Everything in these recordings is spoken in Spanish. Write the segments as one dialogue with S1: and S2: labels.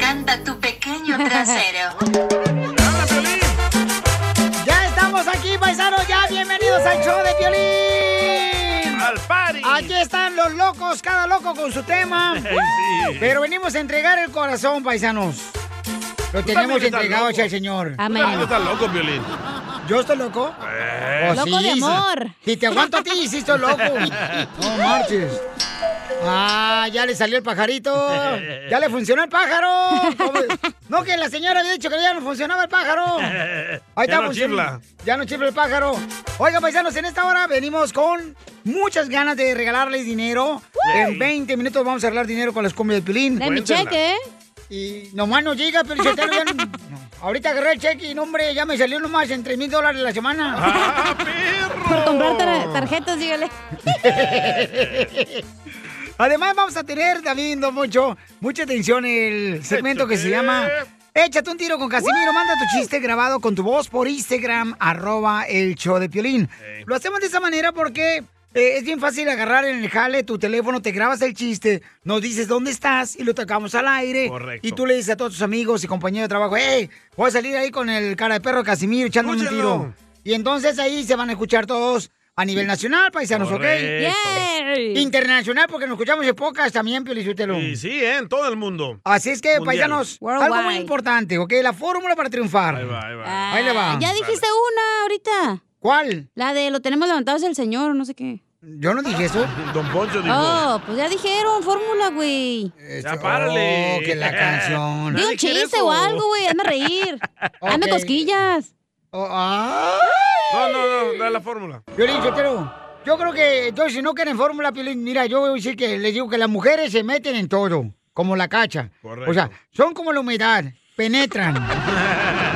S1: manda tu pequeño trasero.
S2: Ya estamos aquí, paisanos. Ya bienvenidos al show de violín.
S3: Al party.
S2: Aquí están los locos, cada loco con su tema.
S3: Sí.
S2: Pero venimos a entregar el corazón, paisanos. Lo
S3: Tú
S2: tenemos
S3: también estás
S2: entregado
S3: loco.
S2: hacia el Señor.
S3: Amén. Tú estás loco, Piolín.
S2: ¿Yo estoy loco?
S3: Eh.
S2: Oh, sí, sí. Si te aguanto a ti, sí estoy loco. No marches. Ah, ya le salió el pajarito. Ya le funcionó el pájaro. ¿Cómo? No, que la señora había dicho que ya no funcionaba el pájaro. Ahí
S3: Ya
S2: está,
S3: no
S2: funciona.
S3: chifla.
S2: Ya no chifla el pájaro. Oiga, paisanos, en esta hora venimos con muchas ganas de regalarles dinero. En 20 minutos vamos a regalar dinero con las cumbias de Pilín.
S4: De mi cheque, ¿eh?
S2: Y nomás no llega, pero si usted lo vean- no. Ahorita agarré el cheque y, no, hombre, ya me salió nomás en 3 mil dólares la semana.
S3: ¡Ah,
S4: Por comprar tar- tarjetas, dígale.
S2: Además, vamos a tener, David, Don Poncho, mucha atención el segmento que se llama Échate un tiro con Casimiro. Manda tu chiste grabado con tu voz por Instagram, arroba el show de Piolín. Lo hacemos de esa manera porque eh, es bien fácil agarrar en el jale tu teléfono, te grabas el chiste, nos dices dónde estás y lo tocamos al aire.
S3: Correcto.
S2: Y tú le dices a todos tus amigos y compañeros de trabajo, hey, voy a salir ahí con el cara de perro Casimiro echándome un
S3: Escúchenlo.
S2: tiro. Y entonces ahí se van a escuchar todos a nivel nacional, paisanos, ¿ok?
S3: Correcto.
S2: Internacional, porque nos escuchamos en pocas también, Piolichutelo.
S3: Y sí, ¿eh? en todo el mundo.
S2: Así es que,
S3: Mundial.
S2: paisanos, algo muy importante, ¿ok? La fórmula para triunfar. Ahí
S3: va, ahí
S2: va. le va.
S4: Ah, Ya dijiste una ahorita.
S2: ¿Cuál?
S4: La de lo tenemos levantados el señor, no sé qué.
S2: Yo no dije eso.
S3: Don Poncho dijo.
S4: Oh, pues ya dijeron, fórmula, güey.
S3: ya párale.
S2: Este, oh, que la canción.
S4: Di un
S2: Nadie quiere
S4: chiste
S2: eso.
S4: o algo, güey. Hazme reír. Hazme
S2: Ok. Oh, ah.
S4: cosquillas.
S3: No, no, no, da la fórmula.
S2: Piolichutelo. Yo creo que, entonces, si no quieren fórmula, Piolín, mira, yo voy a decir que les digo que las mujeres se meten en todo, como la cacha.
S3: Correcto.
S2: O sea, son como la humedad, penetran.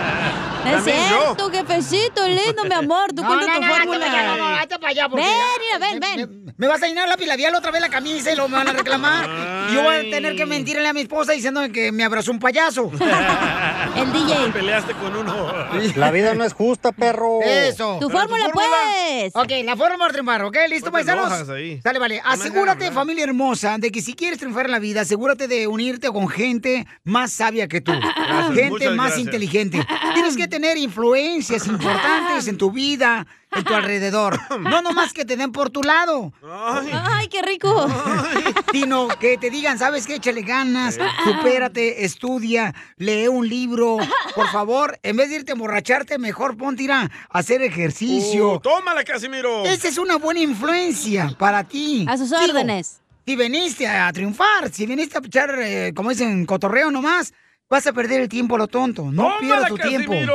S4: Es
S2: También yo.
S4: cierto, jefecito, lindo, mi amor. Tú
S2: No,
S4: cuenta
S2: no,
S4: tu
S2: no, vete
S4: fórmula.
S2: para allá, no, no, vete para allá, porque
S4: Ven,
S2: ya-
S4: mira, ven,
S2: me-
S4: ven.
S2: Me vas a llenar la pilavial otra vez la camisa y lo me van a reclamar. Y yo voy a tener que mentirle a mi esposa diciéndome que me abrazó un payaso.
S4: El DJ.
S3: Peleaste con uno.
S5: La vida no es justa, perro.
S2: Eso.
S4: Tu
S2: Pero
S4: fórmula, pues.
S2: Ok, la fórmula para triunfar, ¿ok? ¿Listo,
S3: Ponte
S2: paisanos?
S3: hojas ahí.
S2: Dale, vale.
S3: No me hagan
S2: Asegúrate,
S3: hablar.
S2: familia hermosa, de que si quieres triunfar en la vida, asegúrate de unirte con gente más sabia que tú. gente
S3: muchas
S2: más
S3: gracias.
S2: inteligente. Tienes que tener influencias importantes en tu vida, en tu alrededor. No nomás que te den por tu lado.
S4: Ay, qué rico.
S2: sino que te digan, ¿sabes qué? Échale ganas, supérate, estudia, lee un libro. Por favor, en vez de irte a emborracharte, mejor ponte a ir a hacer ejercicio.
S3: Uh, tómala, Casimiro.
S2: Esa es una buena influencia para ti.
S4: A sus
S2: Digo,
S4: órdenes.
S2: Si veniste a triunfar, si viniste a echar, eh, como dicen, cotorreo nomás, vas a perder el tiempo a lo tonto. No
S3: tómala,
S2: pierdas tu tiempo.
S3: Casimiro.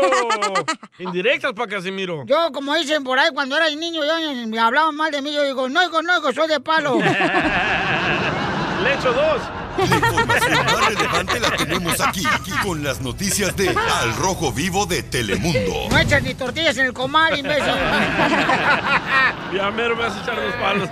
S3: Indirectas para Casimiro.
S2: Yo, como dicen por ahí, cuando era niño, yo, eh, me hablaban mal de mí, yo digo, no, hijo, no, hijo, soy de palo.
S3: Le echo dos.
S6: La información más relevante la tenemos aquí, aquí con las noticias de Al Rojo Vivo de Telemundo.
S2: No echas ni tortillas en el comal, imbécil.
S3: Ya mero me vas a echar los palos.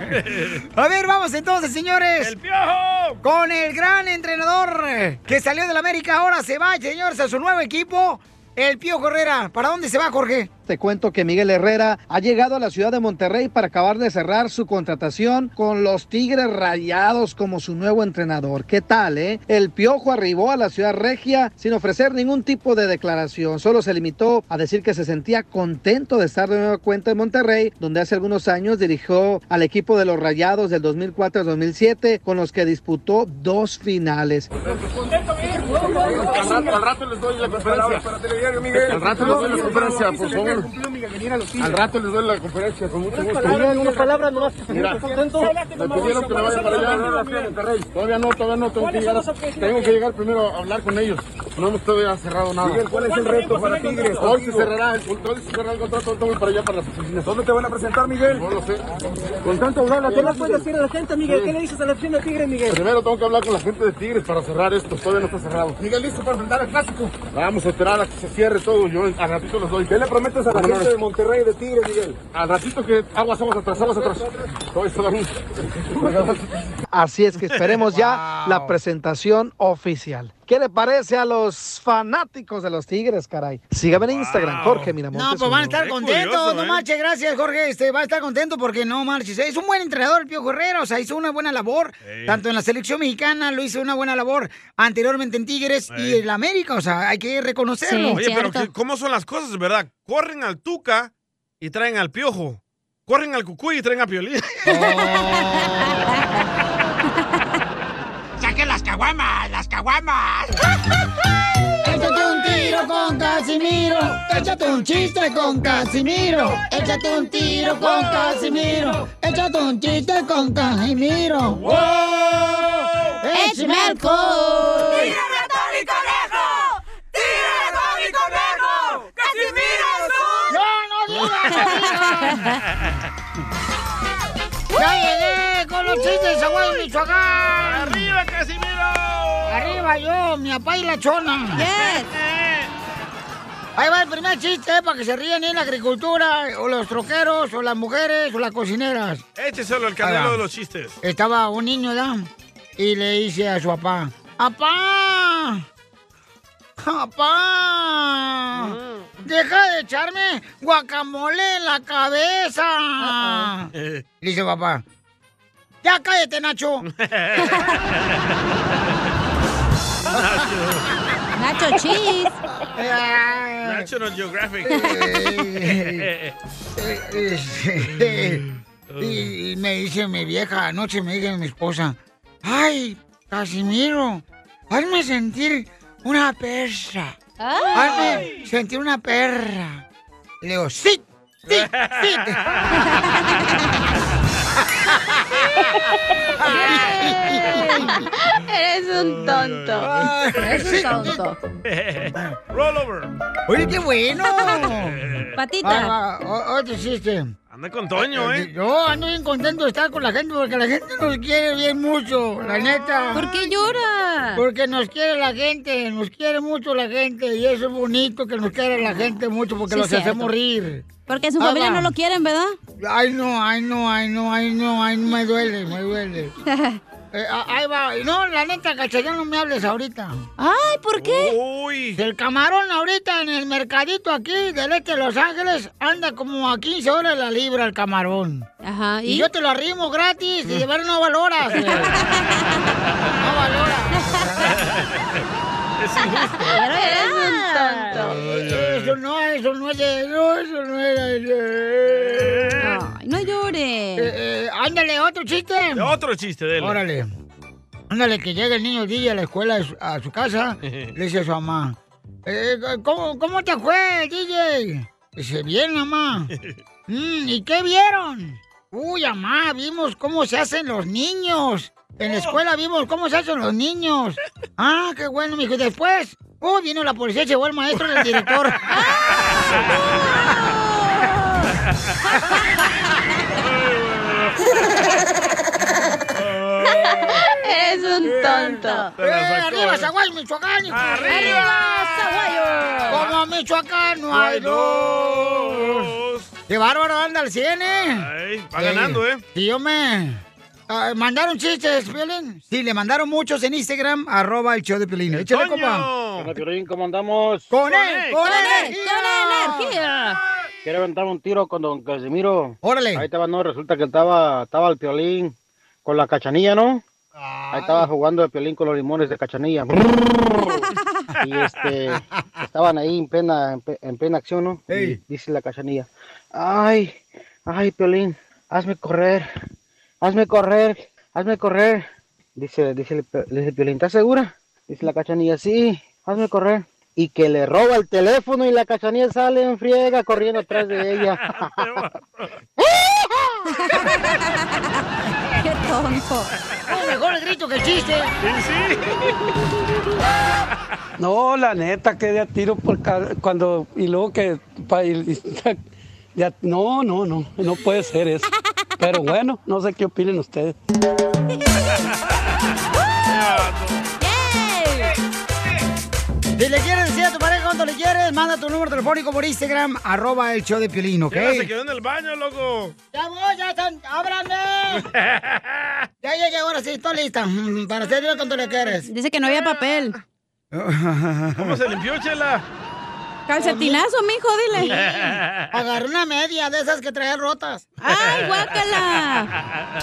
S2: A ver, vamos entonces, señores.
S3: ¡El piojo!
S2: Con el gran entrenador eh, que salió de la América, ahora se va, señores, a su nuevo equipo, el Pío Correra. ¿Para dónde se va, Jorge?
S5: Te cuento que Miguel Herrera ha llegado a la ciudad de Monterrey para acabar de cerrar su contratación con los Tigres Rayados como su nuevo entrenador. ¿Qué tal, eh? El Piojo arribó a la ciudad regia sin ofrecer ningún tipo de declaración. Solo se limitó a decir que se sentía contento de estar de nueva cuenta en Monterrey, donde hace algunos años dirigió al equipo de los Rayados del 2004 al 2007, con los que disputó dos finales.
S7: Al rato, al rato les doy la conferencia. Al rato les doy la conferencia, por favor. Al rato les doy la conferencia, con mucho gusto.
S8: Una palabra nomás.
S7: Mira, me pidieron que me vaya para allá, no, no, fui a Monterrey. Todavía no, todavía no, tengo que llegar, tengo que llegar primero a hablar con ellos. No hemos todavía cerrado nada. ¿cuál es el reto para Tigres? Hoy se cerrará, el, hoy se cerrará el contrato, ahorita voy para allá para las oficinas. ¿Dónde te van a presentar, Miguel? No lo sé. Con tanto hablar,
S8: ¿Qué le puedes decir a la gente, Miguel? ¿Qué le dices a la gente, Tigre, Miguel?
S7: Primero tengo que hablar con la gente de Tigres para cerrar esto, todavía no está cerrado. Miguel, ¿listo para enfrentar el clásico? Vamos a esperar a que se cierre todo, yo al ratito los doy. ¿Qué le prometes a la gente de Monterrey de Tigres, Miguel? Al ratito que aguas, aguas atrás, aguas atrás. Todo esto da un-
S5: Así es que esperemos ya la presentación oficial. ¿Qué le parece a los fanáticos de los Tigres, caray? Sígame en Instagram, Jorge Miramontes.
S2: No, pues van a
S5: uno.
S2: estar contentos, no marches, gracias Jorge, este, va a estar contento porque no marches, ¿eh? es un buen entrenador el Pío Herrera, o sea, hizo una buena labor,
S9: Ey.
S2: tanto en la selección mexicana, lo hizo una buena labor anteriormente en Tigres y
S9: Ey.
S2: en la América, o sea, hay que reconocerlo.
S4: Sí,
S9: Oye, pero ¿qué- ¿cómo son las cosas, verdad? Corren al Tuca y traen al Piojo. Corren al Cucuy y traen a Piolín.
S7: Oh.
S10: ¡Saquen las caguamas! ¡Las caguamas!
S2: Échate un tiro con Casimiro, échate un chiste con Casimiro, échate un tiro con Casimiro, échate un chiste con Casimiro. ¡Wow!
S10: ¡Échame alcohol! ¡Tírame a Tony Conejo! ¡Tírame a Tony Conejo! ¡Casimiro
S2: ¡No, no ¡Ya llegué con los chistes de Zaguayo, Michoacán! ¡Arriba, Casimiro! ¡Arriba yo, mi papá y la chona!
S10: Yes.
S2: Ahí va el primer chiste, eh, para que se rían en la agricultura, o los troqueros, o las mujeres, o las cocineras.
S9: Écheselo el
S2: Ahí va.
S9: canelo de los chistes.
S2: Estaba un niño ya y le dice a su papá, ¡Apá! ¡Apá! ¡Deja de echarme guacamole en la cabeza! Le dice papá, ¡Ya cállate, Nacho!
S4: Nacho Cheese.
S9: National Geographic.
S2: Este, y, y me dice mi vieja, anoche me dice mi esposa, ay, Casimiro, hazme sentir una perra.
S10: Ay.
S2: Hazme sentir una perra. Le digo, sí, sí, sí.
S10: Eres un tonto. Eres un tonto.
S9: Rollover.
S2: Oye, qué bueno.
S9: Patita.
S2: Ah, ah, o- otro chiste.
S9: Anda con Toño, ¿eh?
S2: Yo ando bien contento de estar con la gente porque la gente nos quiere bien mucho, la neta. ¿Por qué llora? Porque nos quiere la gente, nos quiere mucho la gente y eso es bonito que nos quiere la gente mucho porque
S4: Sí,
S2: los
S4: cierto.
S2: hacemos rir.
S4: Porque su familia no lo quieren, ¿verdad?
S2: Ay, no, ay, no, ay, no, ay, no, ay, no, me duele, me duele. Eh, a- ahí va. No, la neta, cachallón, no me hables ahorita. Ay, ¿por qué?
S9: Uy.
S2: El camarón ahorita en el mercadito aquí del este de Los Ángeles anda como a 15 horas la libra el camarón. Ajá. Y,
S10: ¿y?
S2: yo te lo arrimo gratis y llevar no valoras. güey. no valoras. Eso no, eso no es de- no, eso no era de-
S4: Ay, no llores.
S2: Eh, eh, ándale, otro chiste.
S9: Otro chiste de él.
S2: Órale. Ándale, que llega el niño DJ a la escuela, a su- a su casa, le dice a su mamá, "Eh, ¿cómo, cómo te fue, DJ? Dice, bien, mamá. "Mm, ¿Y qué vieron? Uy, mamá, vimos cómo se hacen los niños. En la escuela vimos cómo se hacen los niños. Ah, qué bueno, mijo. Y después, uy, vino la policía, llegó el maestro y el director.
S10: Eres un tonto.
S2: ¡Eh, arriba, Zaguay, Michoacán! hijo!
S10: ¡Arriba, Saguayo!
S2: Como Michoacán no hay dos. ¡Qué bárbaro anda el 100, eh!
S9: va ganando, ¿eh?
S2: Y yo me... ah, ¿Mandaron chistes, Piolín? Sí, le mandaron muchos en Instagram, arroba el show de Piolín. Échale, compa.
S11: Hola, Piolín, ¿cómo andamos?
S2: ¡Con él! ¡Con él!
S11: Quiero aventar un tiro con don Casimiro.
S2: Órale.
S11: Ahí estaba, no, resulta que estaba, estaba el Piolín con la cachanilla, ¿no? Ahí estaba jugando el Piolín con los limones de cachanilla. y este, estaban ahí en plena, en, pe- en plena acción, ¿no? Y dice la cachanilla, ay, ay, Piolín, hazme correr, hazme correr, hazme correr. Dice, dice, el Pio- dice el Piolín, ¿estás segura? Dice la cachanilla, sí, hazme correr. Y que le roba el teléfono y la cachanilla sale en friega corriendo atrás de ella.
S10: ¡Qué tonto!
S2: Oh, mejor el grito que el chiste.
S10: Sí,
S12: No, la neta, quedé a tiro por ca- cuando. Y luego que. pa- y- ya- no, no, no, no puede ser eso. Pero bueno, no sé qué opinen ustedes.
S2: Si le quieres decir a tu pareja cuánto le quieres, manda tu número telefónico por Instagram, arroba el show de Piolín, ¿ok?
S9: Ya se quedó en el baño, loco.
S2: ¡Ya voy, ya están! ¡Ábranme! Ya llegué, ahora sí, estoy lista mm, para hacer cuánto le quieres.
S4: Dice que no había papel.
S9: ¿Cómo se limpió, Chela?
S4: Calcetinazo, mijo, dile.
S2: Agarré una media de esas que trae rotas.
S4: ¡Ay, guácala!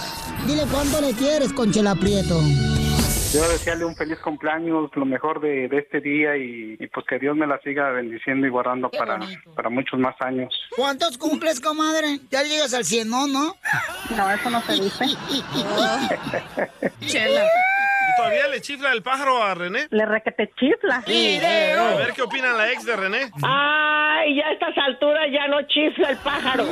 S2: Dile cuánto le quieres, Conchela Prieto.
S13: Yo desearle un feliz cumpleaños, lo mejor de, de este día y, y pues que Dios me la siga bendiciendo y guardando para, para muchos más años.
S2: ¿Cuántos cumples, comadre? Ya llegas al 100, ¿no? No,
S13: no eso no se dice.
S2: Chela.
S9: ¿Y todavía le chifla el pájaro a René?
S14: Le requete chifla.
S9: A ver qué opina la ex de René.
S14: Ay, ya a estas alturas ya no chifla el pájaro.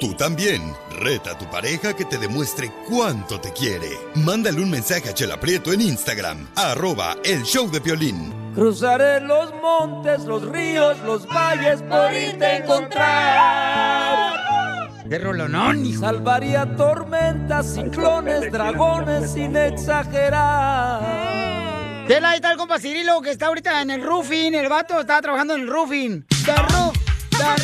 S6: Tú también. Reta a tu pareja que te demuestre cuánto te quiere. Mándale un mensaje a Chela Prieto en Instagram, arroba el show de violín.
S10: Cruzaré los montes, los ríos, los valles por irte a encontrar.
S2: ¡Qué rolonón,
S10: Salvaría tormentas, ciclones, dragones sin exagerar.
S2: Tela, ahí está el compa Cirilo que está ahorita en el roofing. El vato está trabajando en el roofing. The roof, the roof,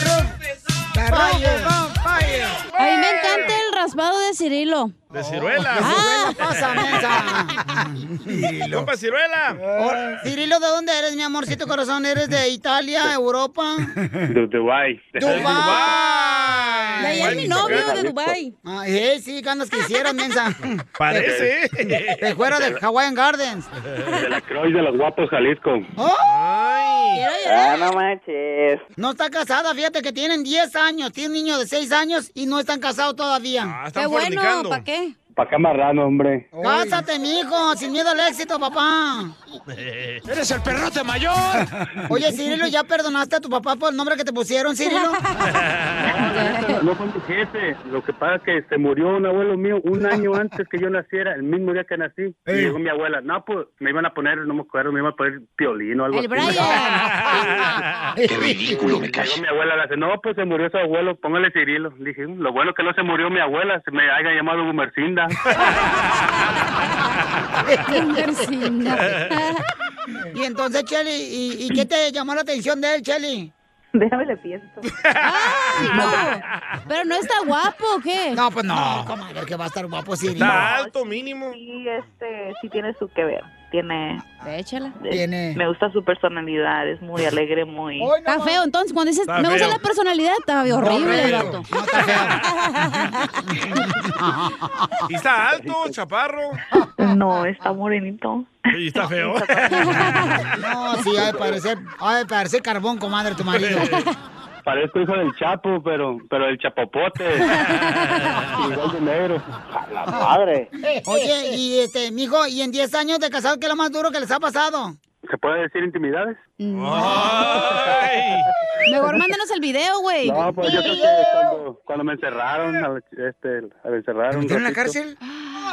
S2: the roof is on fire.
S4: A mí me encanta el raspado de Cirilo.
S9: De ciruela.
S2: Ah. Pasa, mensa.
S9: Compa ciruela.
S2: Oh, Cirilo, ¿de dónde eres, mi amorcito corazón? ¿Eres de Italia, Europa?
S15: De Dubái.
S2: ¡Dubái!
S4: De allá es mi novio, de Dubái.
S2: Ah, eh, sí, ganas que hicieras, mensa.
S9: Parece.
S2: Te- Te fuera del Hawaiian Gardens.
S15: De la Croix de los Guapos, Jalisco.
S2: ¡Ay!
S15: Ah, no manches.
S2: No está casada, fíjate que tienen 10 años, tiene un niño de 6 años y no están casados todavía.
S4: Qué bueno, ¿para qué?
S15: Pa' acá marrano, hombre.
S2: Cásate, mijo, sin miedo al éxito, papá.
S10: ¡Eres el perrote mayor!
S2: Oye, Cirilo, ¿ya perdonaste a tu papá por el nombre que te pusieron, Cirilo?
S15: No fue mi jefe. Lo que pasa es que se murió un abuelo mío un año antes que yo naciera, el mismo día que nací. Y
S10: Ey.
S15: dijo mi abuela, no, pues me iban a poner, no me acuerdo, me iban a poner piolín o algo
S10: El
S15: así.
S10: Brian.
S15: Ridículo, me cayó mi abuela, le dice, no, pues se murió su abuelo, póngale Cirilo. Dije, lo bueno que no se murió mi abuela, se me haya llamado Gumercinda.
S2: y entonces, Cheli, ¿y, y qué te llamó la atención de él, Cheli?
S14: Déjame le pienso.
S4: Pero no está guapo, ¿o qué?
S2: No, pues no, comadre, que va a estar guapo, Cirilo.
S14: Está
S9: alto, mínimo.
S14: Sí, este, sí tiene su que ver. Tiene.
S4: Échala.
S2: Tiene.
S14: Me gusta su personalidad, es muy alegre, muy.
S4: Está feo, entonces, cuando dices,
S14: Está
S4: me gusta
S14: feo.
S4: la personalidad, está horrible el
S14: Correcto.
S4: vato.
S9: Y está alto, chaparro.
S14: No, está morenito.
S9: Y está feo.
S2: No, sí, ha de parecer, ha de parecer carbón, comadre, tu marido.
S15: Parezco hijo del Chapo, pero pero el Chapopote. Igual de negro. A la madre.
S2: Oye, y este, mijo, ¿y en 10 años de casado qué es lo más duro que les ha pasado?
S15: ¿Se puede decir intimidades?
S4: Mejor mándanos el video, güey.
S15: No, pues yo creo que cuando, cuando me encerraron, al- este, me encerraron.
S2: ¿Te metieron en la
S15: ratito.
S2: cárcel?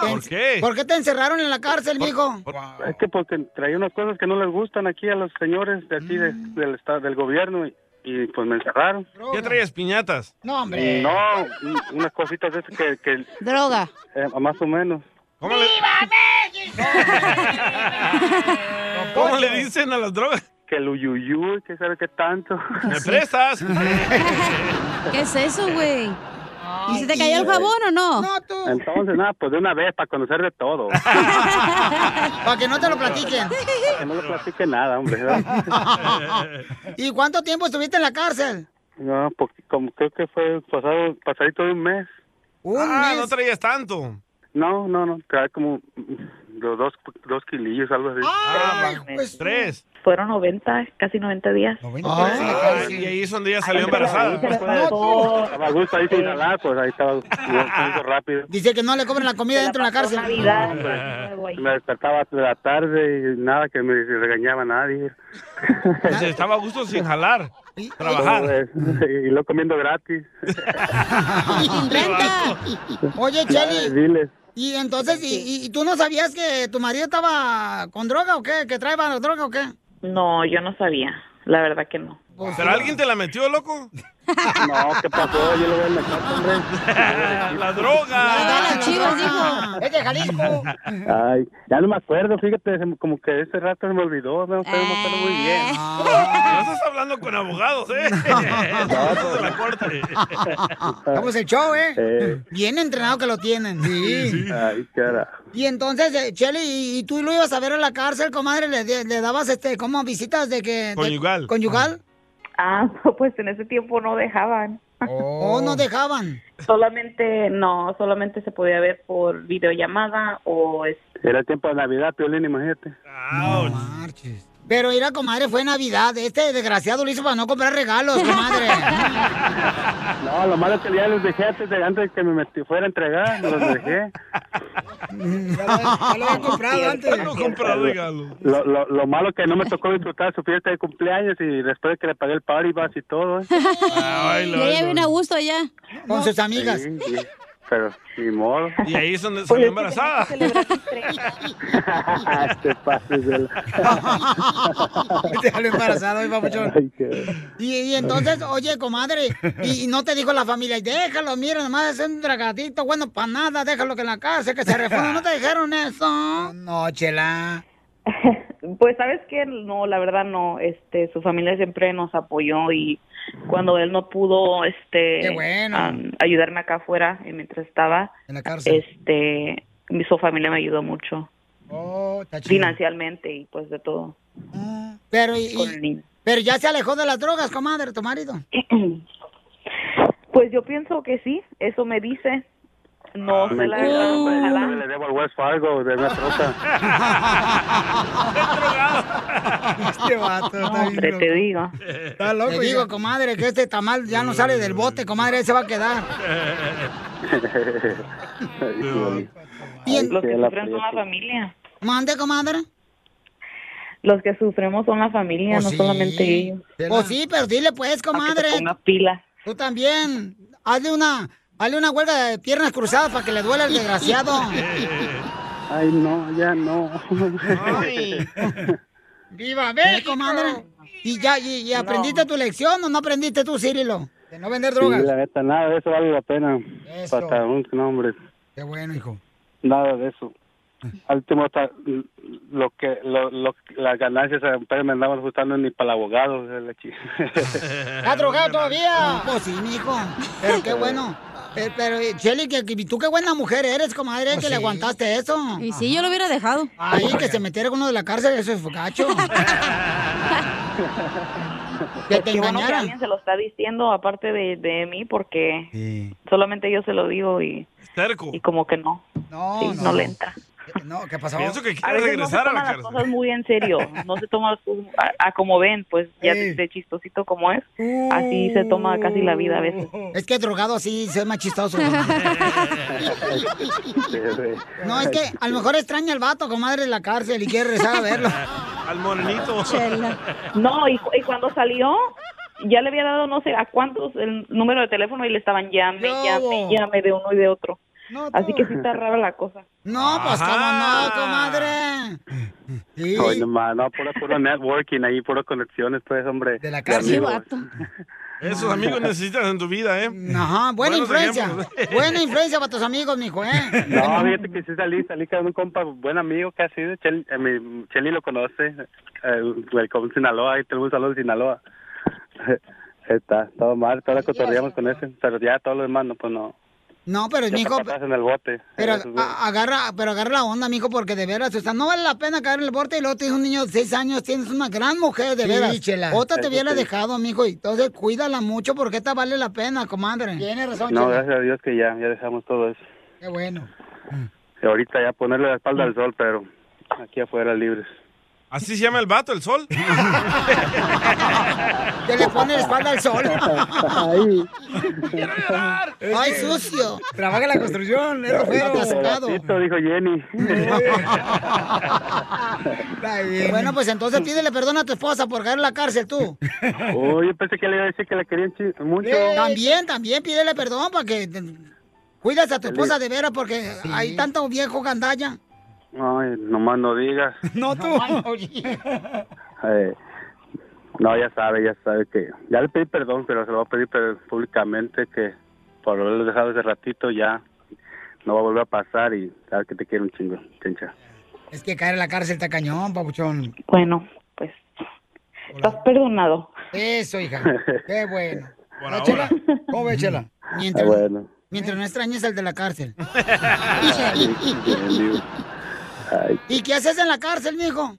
S15: ¿Por qué?
S2: ¿Por qué te encerraron en la cárcel, mijo?
S15: Es que porque traía unas cosas que no les gustan aquí a los señores de aquí de- del estado, del gobierno y, y, pues me encerraron.
S9: ¿Qué traes, piñatas?
S2: No,
S15: No, un- unas cositas de esas que, que
S4: Droga.
S15: eh, más o menos.
S9: ¿Cómo le dicen a las drogas?
S15: Que el uyuyuy, que sabe qué tanto.
S9: ¿Me prestas?
S4: ¿Qué es eso, güey? ¿Y se te cayó el jabón o no?
S2: No, tú.
S15: Entonces, nada, pues de una vez para conocer de todo.
S2: Para que no te lo platiquen.
S15: Que no le platique nada, hombre. ¿verdad?
S2: ¿Y cuánto tiempo estuviste en la cárcel?
S15: No, porque como creo que fue pasado, pasadito de un mes.
S9: ah, no traías tanto.
S15: No, no, no, trae como mm, los dos, dos kilillos, algo así.
S9: Ah,
S2: pues,
S9: Tres.
S14: Fueron 90, casi 90 días.
S9: Ah, y ahí es donde ella salió embarazada.
S15: Estaba a gusto ahí sin jalar, pues ahí estaba yo comiendo rápido.
S2: Dice que no le cobran la comida dentro de la cárcel.
S15: Me despertaba de la tarde y nada, que me regañaba nadie.
S9: Se Pues, estaba a gusto sin jalar. Trabajar.
S15: Todo eso, pues, Y lo comiendo gratis.
S2: Inventa. Oye, Cheli,
S15: Diles.
S2: y entonces, y, y- y tú no sabías que tu marido estaba con droga o qué? ¿Que traía droga o qué?
S14: No, yo no sabía. La verdad que no.
S2: Pues
S9: ¿Pero alguien te la metió, loco?
S15: No, ¿qué pasó? Yo lo voy a meter, hombre.
S9: La droga.
S10: las chivas,
S2: dijo. Es de Jalisco.
S15: Ay, ya no me acuerdo, fíjate, se me- como que ese rato se me olvidó, no sé, no me acuerdo muy bien.
S9: Ah. No estás hablando con abogados, ¿eh? Abogados de la corte.
S2: Vamos el show, ¿eh?
S15: Eh.
S2: Bien entrenado que lo tienen. Sí.
S15: Ay, cara.
S2: Y entonces, eh, Chely, ¿y, y tú lo ibas a ver a la cárcel, comadre? ¿Le, de- le dabas, este, como visitas de que... de-
S9: Conyugal.
S2: ¿Conyugal?
S14: Ah, no, pues en ese tiempo no dejaban.
S2: Oh. no dejaban?
S14: Solamente, no, solamente se podía ver por videollamada o... es-
S15: Era tiempo de Navidad, Piolín, imagínate.
S2: Pero mira, comadre, fue Navidad. Este desgraciado lo hizo para no comprar regalos, comadre.
S15: No, lo malo es que ya los dejé antes de, antes de que me metí- fuera a entregar, me los dejé.
S2: Ya lo había comprado antes.
S15: Lo, lo, lo malo es que no me tocó disfrutar su fiesta de cumpleaños y después que le pagué el party bus y todo. ¿eh?
S4: Y ella viene a gusto allá.
S2: Con sus amigas.
S15: Sí, sí, pero ni modo.
S9: Y ahí es donde salió embarazada.
S15: Te pases de la-
S2: Te salió embarazado hoy, papuchón.
S15: Ay, qué-
S2: Y, y entonces, oye, comadre, y, y no te dijo la familia, déjalo, mira, nomás es un dragadito, bueno, para nada, déjalo que en la cárcel, que se reforme, no te dijeron eso.
S14: Ah,
S2: No, chela.
S14: Pues sabes que no, la verdad no, este, su familia siempre nos apoyó y cuando él no pudo, este,
S10: Qué bueno.
S14: am, ayudarme acá afuera eh, mientras estaba,
S2: En
S10: la cárcel.
S14: este, mi- su familia me ayudó mucho
S2: Oh,
S14: financialmente y pues de todo.
S2: Pero, y-
S14: con el niño.
S2: pero ya se alejó de las drogas, comadre, tu marido.
S14: Pues yo pienso que sí, eso me dice.
S2: Ah,
S14: No, sé la
S15: Mentira,
S14: verdad,
S15: hombre, yo
S14: ojalá.
S15: todavía le debo al West Fargo de una troca.
S2: Este vato
S14: No,
S2: está bien
S14: hombre,
S2: loco.
S14: te digo.
S2: Está loco. Te digo, comadre, que este tamal ya no sale del bote, comadre, ahí se va a quedar. Y en-
S14: Los que sufren son la familia.
S2: Mande, comadre.
S14: Los que sufrimos son la familia,
S2: Pues
S14: no
S2: sí.
S14: solamente ellos.
S2: Pues sí, pero dile pues, comadre.
S14: ponga pila.
S2: Tú también. Hazle una, hazle una huelga de piernas cruzadas para que le duela el desgraciado.
S15: Ay, no, ya no.
S2: ¡Viva México! ¿Eh, comadre. ¿Y ya y, y aprendiste tu lección o no aprendiste tú, Cirilo? De no vender
S15: Sí,
S2: drogas.
S15: la neta, nada de eso vale la pena.
S2: Eso.
S15: Para un nombre.
S2: Qué bueno, hijo. Ah.
S15: Nada de eso. Al último, ta- lo que, lo, lo- las ganancias apenas me andaban ajustando ni para el abogado. de la chi-
S2: ¿Está drogado todavía? Pues sí, mijo. Pero qué bueno. Eh, Pero, eh, Chely, que, que- tú qué buena mujer eres, comadre, que le aguantaste eso. Y sí, yo lo hubiera dejado. Ay, que se metiera con uno de la cárcel, eso es gacho. que te
S14: Pues Qué bueno que
S2: engañaran.
S14: alguien se lo está diciendo aparte de, de mí porque solamente yo se lo digo y,
S9: Terco.
S14: y como que no.
S2: No,
S14: no. le entra.
S2: No, ¿qué pasó?
S9: Pienso que
S14: A
S9: quiere
S14: veces no se
S9: regresar a
S14: toman
S9: la
S14: las
S9: cárcel.
S14: cosas muy en serio, no se toman las cosas a, a como ven, pues ya de, de chistosito como es, así se toma casi la vida a veces.
S2: Es que drogado así se ve más chistoso. No, es que a lo mejor extraña al vato, comadre, de la cárcel y quiere regresar a verlo.
S9: Al morenito.
S14: Ah, No, y, cu- y cuando salió, ya le había dado no sé a cuántos el número de teléfono y le estaban llame, llame, llame de uno y de otro. Así que sí está rara la cosa.
S2: No, pues
S15: Ajá.
S2: cómo no, comadre.
S15: Ay, no, ma, no, puro, puro networking ahí, puro conexiones, pues, hombre. De la
S2: cárcel.
S9: Esos amigos necesitas en tu vida, ¿eh?
S2: Ajá, buena
S9: Buenos
S2: influencia.
S10: pues,
S9: ejemplos.
S2: Buena influencia para tus amigos, mijo, ¿eh?
S15: No, fíjate que sí salí, salí con un compa, buen amigo que ha sido, Cheli, eh, mi- Cheli lo conoce, eh, welcome Sinaloa, ahí tenemos un saludo de Sinaloa. Está, todo mal, toda la cotorreamos con ese, pero ya todos los demás, no, pues no.
S2: No, pero
S15: Ya
S2: mijo,
S15: pa' atrás en el bote. Eh,
S2: pero
S15: Eso es-
S2: a- agarra, pero agarra la onda, mijo, porque de veras, o sea, no vale la pena caer en el borde y luego tienes un niño de 6 años, tienes una gran mujer, de
S10: Sí,
S2: veras.
S10: chela.
S2: Otra te
S10: Eso
S2: hubiera
S10: sí.
S2: dejado, mijo, y entonces cuídala mucho porque esta vale la pena, comadre. Tienes razón,
S15: no, gracias a Dios que ya, ya dejamos todo eso.
S2: Qué bueno.
S15: Y ahorita ya ponerle la espalda al sol, pero aquí afuera libres.
S9: Así se llama el vato, el sol.
S2: Que le pone la espalda al sol.
S15: Ay.
S2: Ay, sucio. Trabaja en la construcción, es lo feo. Atascado.
S15: Pedacito, dijo Jenny.
S2: Bueno, pues entonces pídele perdón a tu esposa por caer en la cárcel, tú.
S15: Uy, yo pensé que le iba a decir que la querían chi- mucho.
S2: También, también pídele perdón para que te- cuidas a tu esposa de veras porque hay tanto viejo gandalla.
S15: Ay, nomás no digas.
S2: No tú.
S15: Eh, No, ya sabe, ya sabe que. Ya le pedí perdón, pero se lo voy a pedir pero públicamente que por haberlo dejado ese ratito ya no va a volver a pasar y sabes que te quiero un chingo, chincha.
S2: Es que caer a la cárcel está cañón, papuchón.
S14: Bueno, pues. Estás perdonado.
S2: Eso, hija. Qué bueno. ¿No, Chela? ¿Cómo ves, Chela? Mientras,
S15: bueno.
S2: mientras no extrañes al de la cárcel.
S15: Ay, qué lindo. Ay,
S2: ¿Y qué haces en la cárcel, mijo?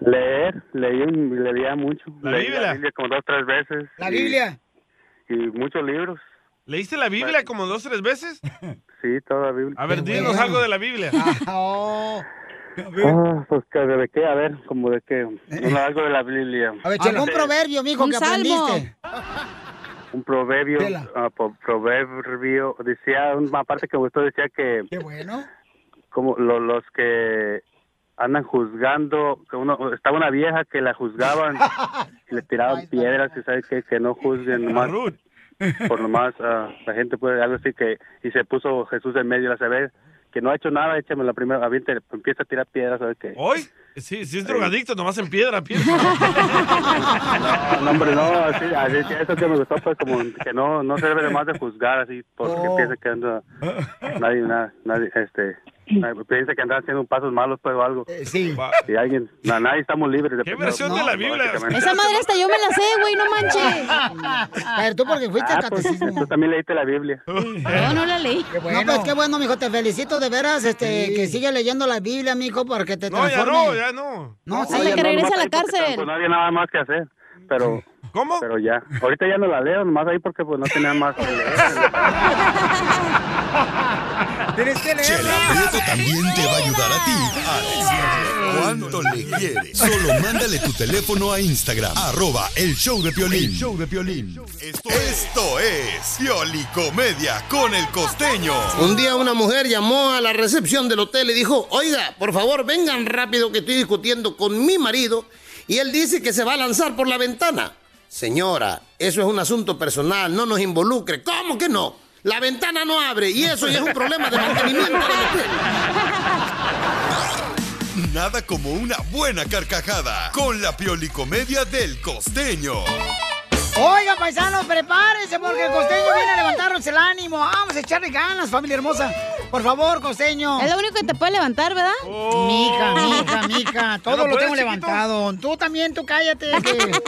S15: Leer, leí, un- leía mucho.
S9: La
S15: leí
S9: Biblia.
S15: la Biblia como dos o tres veces.
S9: La
S15: y-
S9: Biblia.
S15: Y, muchos libros.
S9: ¿Leíste la Biblia como dos o tres veces?
S15: Sí, toda la Biblia.
S9: A ver, dinos algo de la Biblia.
S15: oh. Ah, pues que de qué, a ver, como de qué. Un- algo de la Biblia. Ah,
S2: A ver, Chela. ¿Algún proverbio, mijo,
S4: Un
S2: que
S4: salmo.
S2: aprendiste?
S15: Un proverbio,
S2: Tela.
S15: ah, po- proverbio, decía, una parte que me gustó, decía que
S2: Qué bueno.
S15: como lo- los que andan juzgando, que uno, estaba una vieja que la juzgaban y le tiraban piedras y sabe que, que no juzguen nomás, por nomás ah, la gente puede, algo así que, y se puso Jesús en medio, la sabe, que no ha hecho nada, échame la primera, aviente, empieza a tirar piedras, sabe que.
S9: ¿Hoy? Sí, sí es drogadicto, nomás en piedra, piedra.
S15: No, no, hombre, no, así, así, sí, eso que me gustó, pues como que no, no se debe de más de juzgar así, porque
S9: Oh.
S15: piensa que anda, nadie, na- nadie, este, nadie- piensa que anda haciendo pasos malos, pues, o algo.
S2: Eh, sí.
S15: Y alguien, na- nadie estamos libres. De ¿Qué
S9: versión de la Biblia?
S4: Esa madre hasta yo me la sé, güey, no manches.
S2: A ver, tú porque fuiste al catecismo.
S15: Ah, pues, Tú también leíste la Biblia.
S4: No, no la leí.
S2: No, pues qué bueno, mijo, te felicito de veras, este, que sigas leyendo la Biblia, mijo, porque te
S9: No, ya
S2: transforme.
S9: no, ya no.
S2: No, sí.
S15: ya no, nomás ahí porque tan- Pues no había nada más que hacer, pero...
S9: ¿Cómo?
S15: Pero ya, ahorita ya no la leo, nomás ahí porque pues no tenía más que leer.
S2: Tienes que
S6: Chela Prieto también te va a ayudar a ti a decirle cuánto le quieres. Solo mándale tu teléfono a Instagram, arroba el show de Piolín.
S10: El
S6: show de Piolín. Esto, esto es Pioli Comedia con el Costeño.
S10: Un día una mujer llamó a la recepción del hotel y dijo, oiga, por favor, vengan rápido que estoy discutiendo con mi marido y él dice que se va a lanzar por la ventana. Señora, eso es un asunto personal, no nos involucre. ¿Cómo que no? La ventana no abre y eso ya es un problema de mantenimiento del
S6: Nada como una buena carcajada con la Pioli Comedia del Costeño.
S2: Oiga, paisanos, prepárense porque el costeño viene a levantarnos el ánimo. Vamos a echarle ganas, familia hermosa. Por favor, costeño.
S4: Es lo único que te puede levantar, ¿verdad?
S2: Mica, mica, mica. Todo
S4: ¿No
S2: lo
S4: puedes,
S2: tengo
S4: chiquito?
S2: levantado. Tú también, tú cállate. que-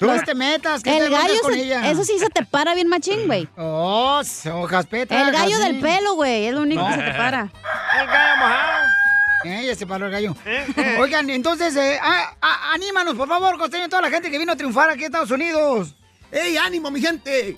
S2: tú no te metas, que te
S4: El gallo,
S2: metas con
S4: se-
S2: ella.
S4: eso sí se te para bien machín, güey.
S2: Oh, hojas
S4: El gallo
S2: así.
S4: del pelo, güey, es lo único que se te para.
S2: El gallo mojado. Eh, ya se paró el gallo. Oigan, entonces, eh, a- a- anímanos, por favor, costeño, toda la gente que vino a triunfar aquí a Estados Unidos. ¡Ey, ánimo, mi gente!
S16: Eh,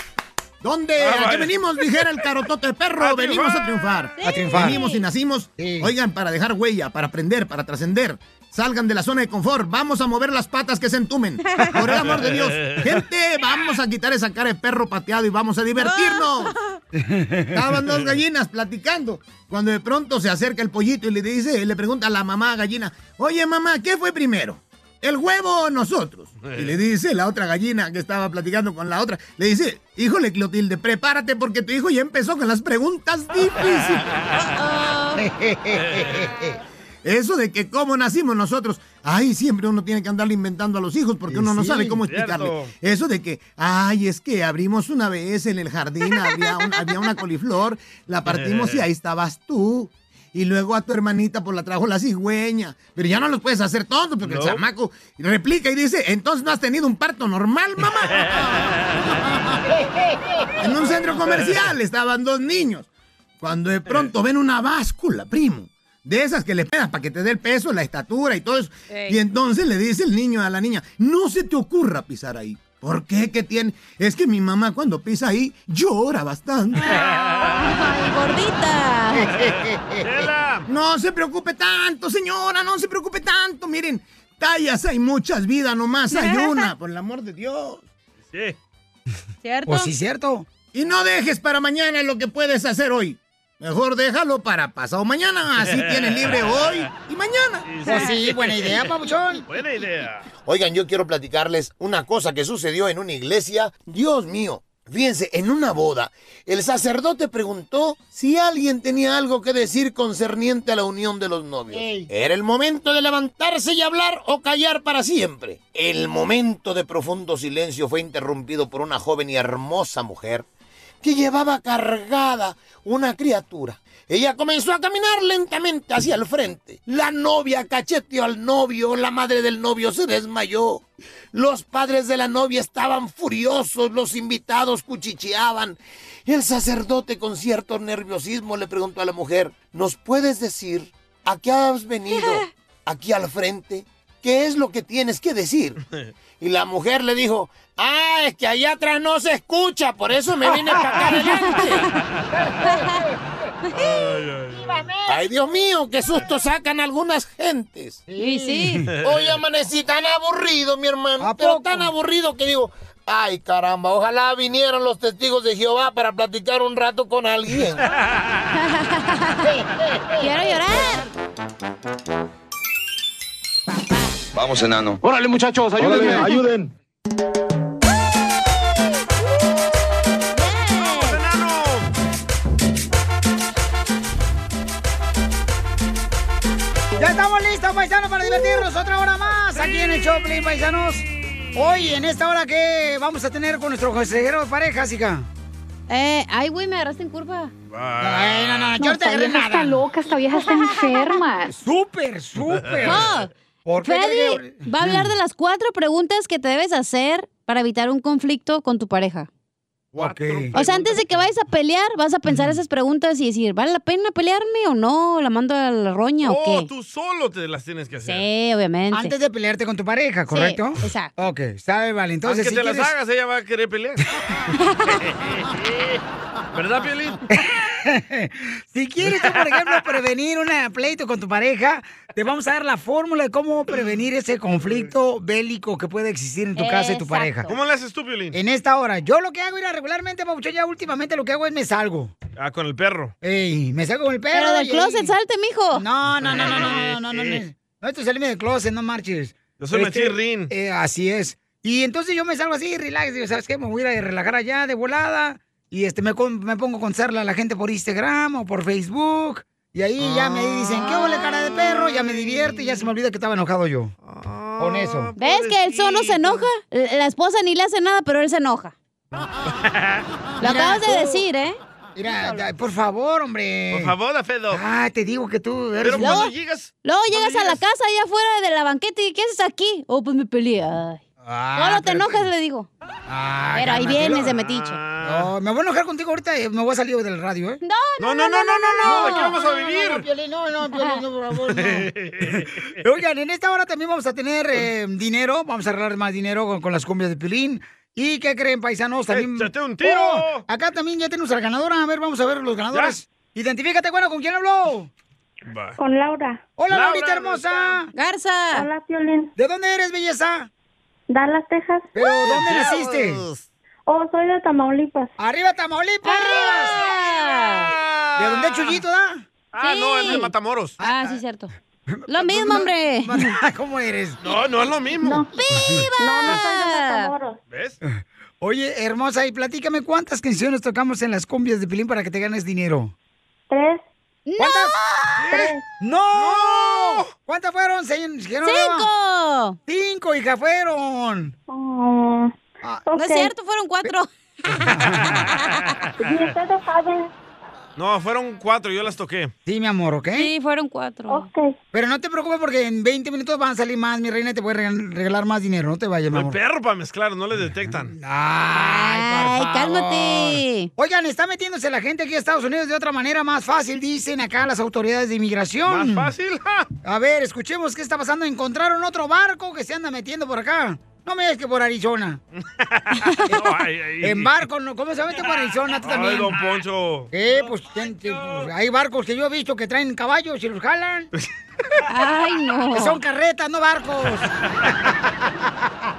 S2: ¿Dónde?
S16: ¿A qué venimos? Dijera el carotote de perro. venimos a triunfar.
S2: A triunfar.
S16: Venimos y nacimos. Oigan, para dejar huella, para aprender, para trascender. Salgan de la zona de confort. Vamos a mover las patas que se entumen. Por el amor de Dios. Gente, vamos a quitar esa cara de perro pateado y vamos a divertirnos. Estaban dos gallinas platicando. Cuando de pronto se acerca el pollito y le dice, le pregunta a la mamá gallina, oye mamá, ¿qué fue primero? ¿El huevo o nosotros? Y le dice la otra gallina que estaba platicando con la otra, le dice, híjole Clotilde, prepárate porque tu hijo ya empezó con las preguntas difíciles. Eso de que cómo nacimos nosotros, ay, siempre uno tiene que andarle inventando a los hijos porque uno no
S5: sí,
S16: sabe cómo explicarle.
S5: cierto.
S16: Eso de que, ay, es que abrimos una vez en el jardín, había, un- había una coliflor, la partimos y ahí estabas tú. Y luego a tu hermanita por la trajo la cigüeña. Pero ya no los puedes hacer tontos porque
S5: No.
S16: el chamaco replica y dice, entonces no has tenido un parto normal, mamá. en un centro comercial estaban dos niños. Cuando de pronto ven una báscula, primo. De esas que le pegas para que te dé el peso, la estatura y todo eso.
S5: Ey.
S16: Y entonces le dice el niño a la niña, no se te ocurra pisar ahí. ¿Por qué? ¿Qué tiene? Es que mi mamá cuando pisa ahí llora bastante.
S17: Ay,
S16: gordita! no se preocupe tanto, señora, no se preocupe tanto. Miren, tallas hay muchas, vidas nomás hay una, por el amor de Dios.
S9: Sí.
S4: ¿Cierto?
S16: Pues sí, cierto. Y no dejes para mañana lo que puedes hacer hoy. Mejor déjalo para pasado mañana. Así tienes libre hoy y mañana.
S2: Pues sí, buena idea, papuchón.
S9: Buena idea.
S10: Oigan, yo quiero platicarles una cosa que sucedió en una iglesia. Dios mío,
S16: Fíjense, en una boda, el sacerdote preguntó si alguien tenía algo que decir concerniente a la unión de los novios. Era el momento de levantarse y hablar o callar para siempre. El momento de profundo silencio fue interrumpido por una joven y hermosa mujer que llevaba cargada una criatura. Ella comenzó a caminar lentamente hacia el frente. La novia cacheteó al novio, la madre del novio se desmayó. Los padres de la novia estaban furiosos, los invitados cuchicheaban. El sacerdote con cierto nerviosismo le preguntó a la mujer, ¿nos puedes decir a qué has venido aquí al frente? ¿Qué es lo que tienes que decir? Y la mujer le dijo, ah, es que allá atrás no se escucha, por eso me vine para acá adelante. Ay, Dios mío, qué susto sacan algunas gentes.
S10: Sí, sí.
S16: Hoy amanecí tan aburrido, mi hermano, pero tan aburrido que digo, ay, caramba, ojalá vinieran los testigos de Jehová para platicar un rato con alguien.
S10: Quiero llorar.
S18: Vamos, enano.
S16: Órale, muchachos,
S18: ayúdenme.
S16: ayuden.
S2: Ya estamos listos, paisanos, para divertirnos otra hora más aquí en el Choplin, paisanos. Hoy, en esta hora que vamos a tener con nuestro consejero de parejas, hija.
S4: Eh, ay, güey, me agarraste en curva.
S2: Ay, Eh, no, no, yo no te
S4: esta
S2: agarré
S4: vieja
S2: nada.
S4: está
S19: loca, esta vieja está enferma.
S2: Súper, súper.
S4: No.
S2: ¿Por qué Mm.
S4: Freddy
S2: te-
S4: va a hablar de las cuatro preguntas que te debes hacer para evitar un conflicto con tu pareja.
S2: Ok.
S4: O sea, antes de que vayas a pelear, vas a pensar esas preguntas y decir, ¿vale la pena pelearme o no? ¿La mando a la roña o
S9: Oh,
S4: qué?
S9: tú solo te las tienes que hacer.
S4: Sí, obviamente.
S2: Antes de pelearte con tu pareja, ¿correcto?
S4: Sí, exacto.
S2: Ok, sabe, vale. Entonces,
S9: Aunque
S2: si
S9: te
S2: quieres...
S9: las hagas, ella va a querer pelear. ¿Verdad, Piolín? ¿eh?
S2: si quieres, tú, por ejemplo, prevenir un pleito con tu pareja, te vamos a dar la fórmula de cómo prevenir ese conflicto bélico que puede existir en tu casa y tu
S9: Exacto.
S2: pareja.
S9: ¿Cómo le haces tú, Piolín?
S2: En esta hora. Yo lo que hago, mira, regularmente, Pabuchón, ya últimamente lo que hago es me salgo.
S9: Ah, con el perro.
S2: Ey, me salgo con el perro.
S4: Pero del
S2: y-
S4: closet, salte, mijo.
S2: No, no, no, no, no, no, no, no. No, esto es salirme del closet, no marches.
S9: Eh, Yo soy machirrín.
S2: eh, así es. Y entonces yo me salgo así, relax, digo, ¿sabes qué? Me voy a ir a relajar allá de volada. Y este, me, con- me pongo a contestarle a la gente por Instagram o por Facebook. Y ahí ya me dicen, ¿qué huele cara de perro? Ya me divierte y ya se me olvida que estaba enojado yo.
S9: Ah.
S2: Con eso.
S4: ¿Ves que él solo se enoja? L- La esposa ni le hace nada, pero él se enoja. Lo acabas
S2: Oh.
S4: de decir, ¿eh?
S2: Mira, ya, por favor, hombre.
S9: Por favor, Afedo.
S2: Ah, te digo que tú eres...
S4: Luego- Luego llegas a la casa allá afuera de la banqueta y ¿qué haces aquí? Oh, pues me peleé. Ay.
S2: Ah,
S4: Solo te
S2: pero-
S4: enojas, le digo.
S2: Ah,
S4: Pero ahí
S2: cálmate.
S4: vienes de metiche.
S2: No, me voy a enojar contigo ahorita, eh, me voy a salir del radio, ¿eh?
S4: No, no, No, no, no, no, no, no, no, no, aquí vamos a
S2: No,
S4: vivir.
S2: no, Piolín, no, no, Piolín, no, por favor, no. Oigan, en esta hora también vamos a tener eh, dinero, vamos a arreglar más dinero con, con las cumbias de Piolín. ¿Y qué creen, paisanos? También... un
S9: tiro!
S2: acá también ya tenemos al ganador, a ver, vamos a ver los ganadores. Identifícate, bueno, ¿con quién habló?
S19: Con Laura.
S2: Hola, Laurita hermosa.
S4: Garza.
S19: Hola, Piolín.
S2: ¿De dónde eres, belleza?
S19: Dallas, Texas.
S2: ¿Pero dónde naciste?
S19: Oh, soy de Tamaulipas.
S2: ¡Arriba, Tamaulipas!
S4: Ah,
S2: ¿De dónde Chuyito da?
S9: Ah, no, es de Matamoros.
S4: Ah, sí, cierto. Lo mismo, hombre.
S2: ¿Cómo eres?
S9: No, no es lo mismo. ¿Ves?
S2: Oye, hermosa, y platícame cuántas canciones tocamos en las cumbias de Pilín para que te ganes dinero. ¿Eh?
S19: Tres.
S2: ¿Cuántas? ¡No! ¿Cuántas fueron? Se- Genoveva? ¡Cinco, hija, fueron! Ah.
S4: No es cierto, fueron cuatro.
S9: No, fueron cuatro, yo las toqué.
S2: Sí, mi amor, ¿ok?
S4: Sí, fueron cuatro.
S2: Pero no te preocupes porque en 20 minutos van a salir más, mi reina, y te voy a regal- regalar más dinero, no te vayas, mi
S9: El
S2: amor.
S9: perro para mezclar, no le detectan.
S2: Ay,
S4: cálmate.
S2: Oigan, está metiéndose la gente aquí a Estados Unidos de otra manera más fácil, dicen acá las autoridades de inmigración.
S9: ¿Más fácil?
S2: A ver, escuchemos qué está pasando. Encontraron otro barco que se anda metiendo por acá. No me digas que por Arizona. En barco, ¿no? ¿cómo se mete por Arizona tú
S9: Ay,
S2: también?
S9: don Poncho.
S2: Eh, pues, ten- ten- pues, hay barcos que yo he visto que traen caballos y los jalan.
S4: Ay, no.
S2: Que son carretas, no barcos.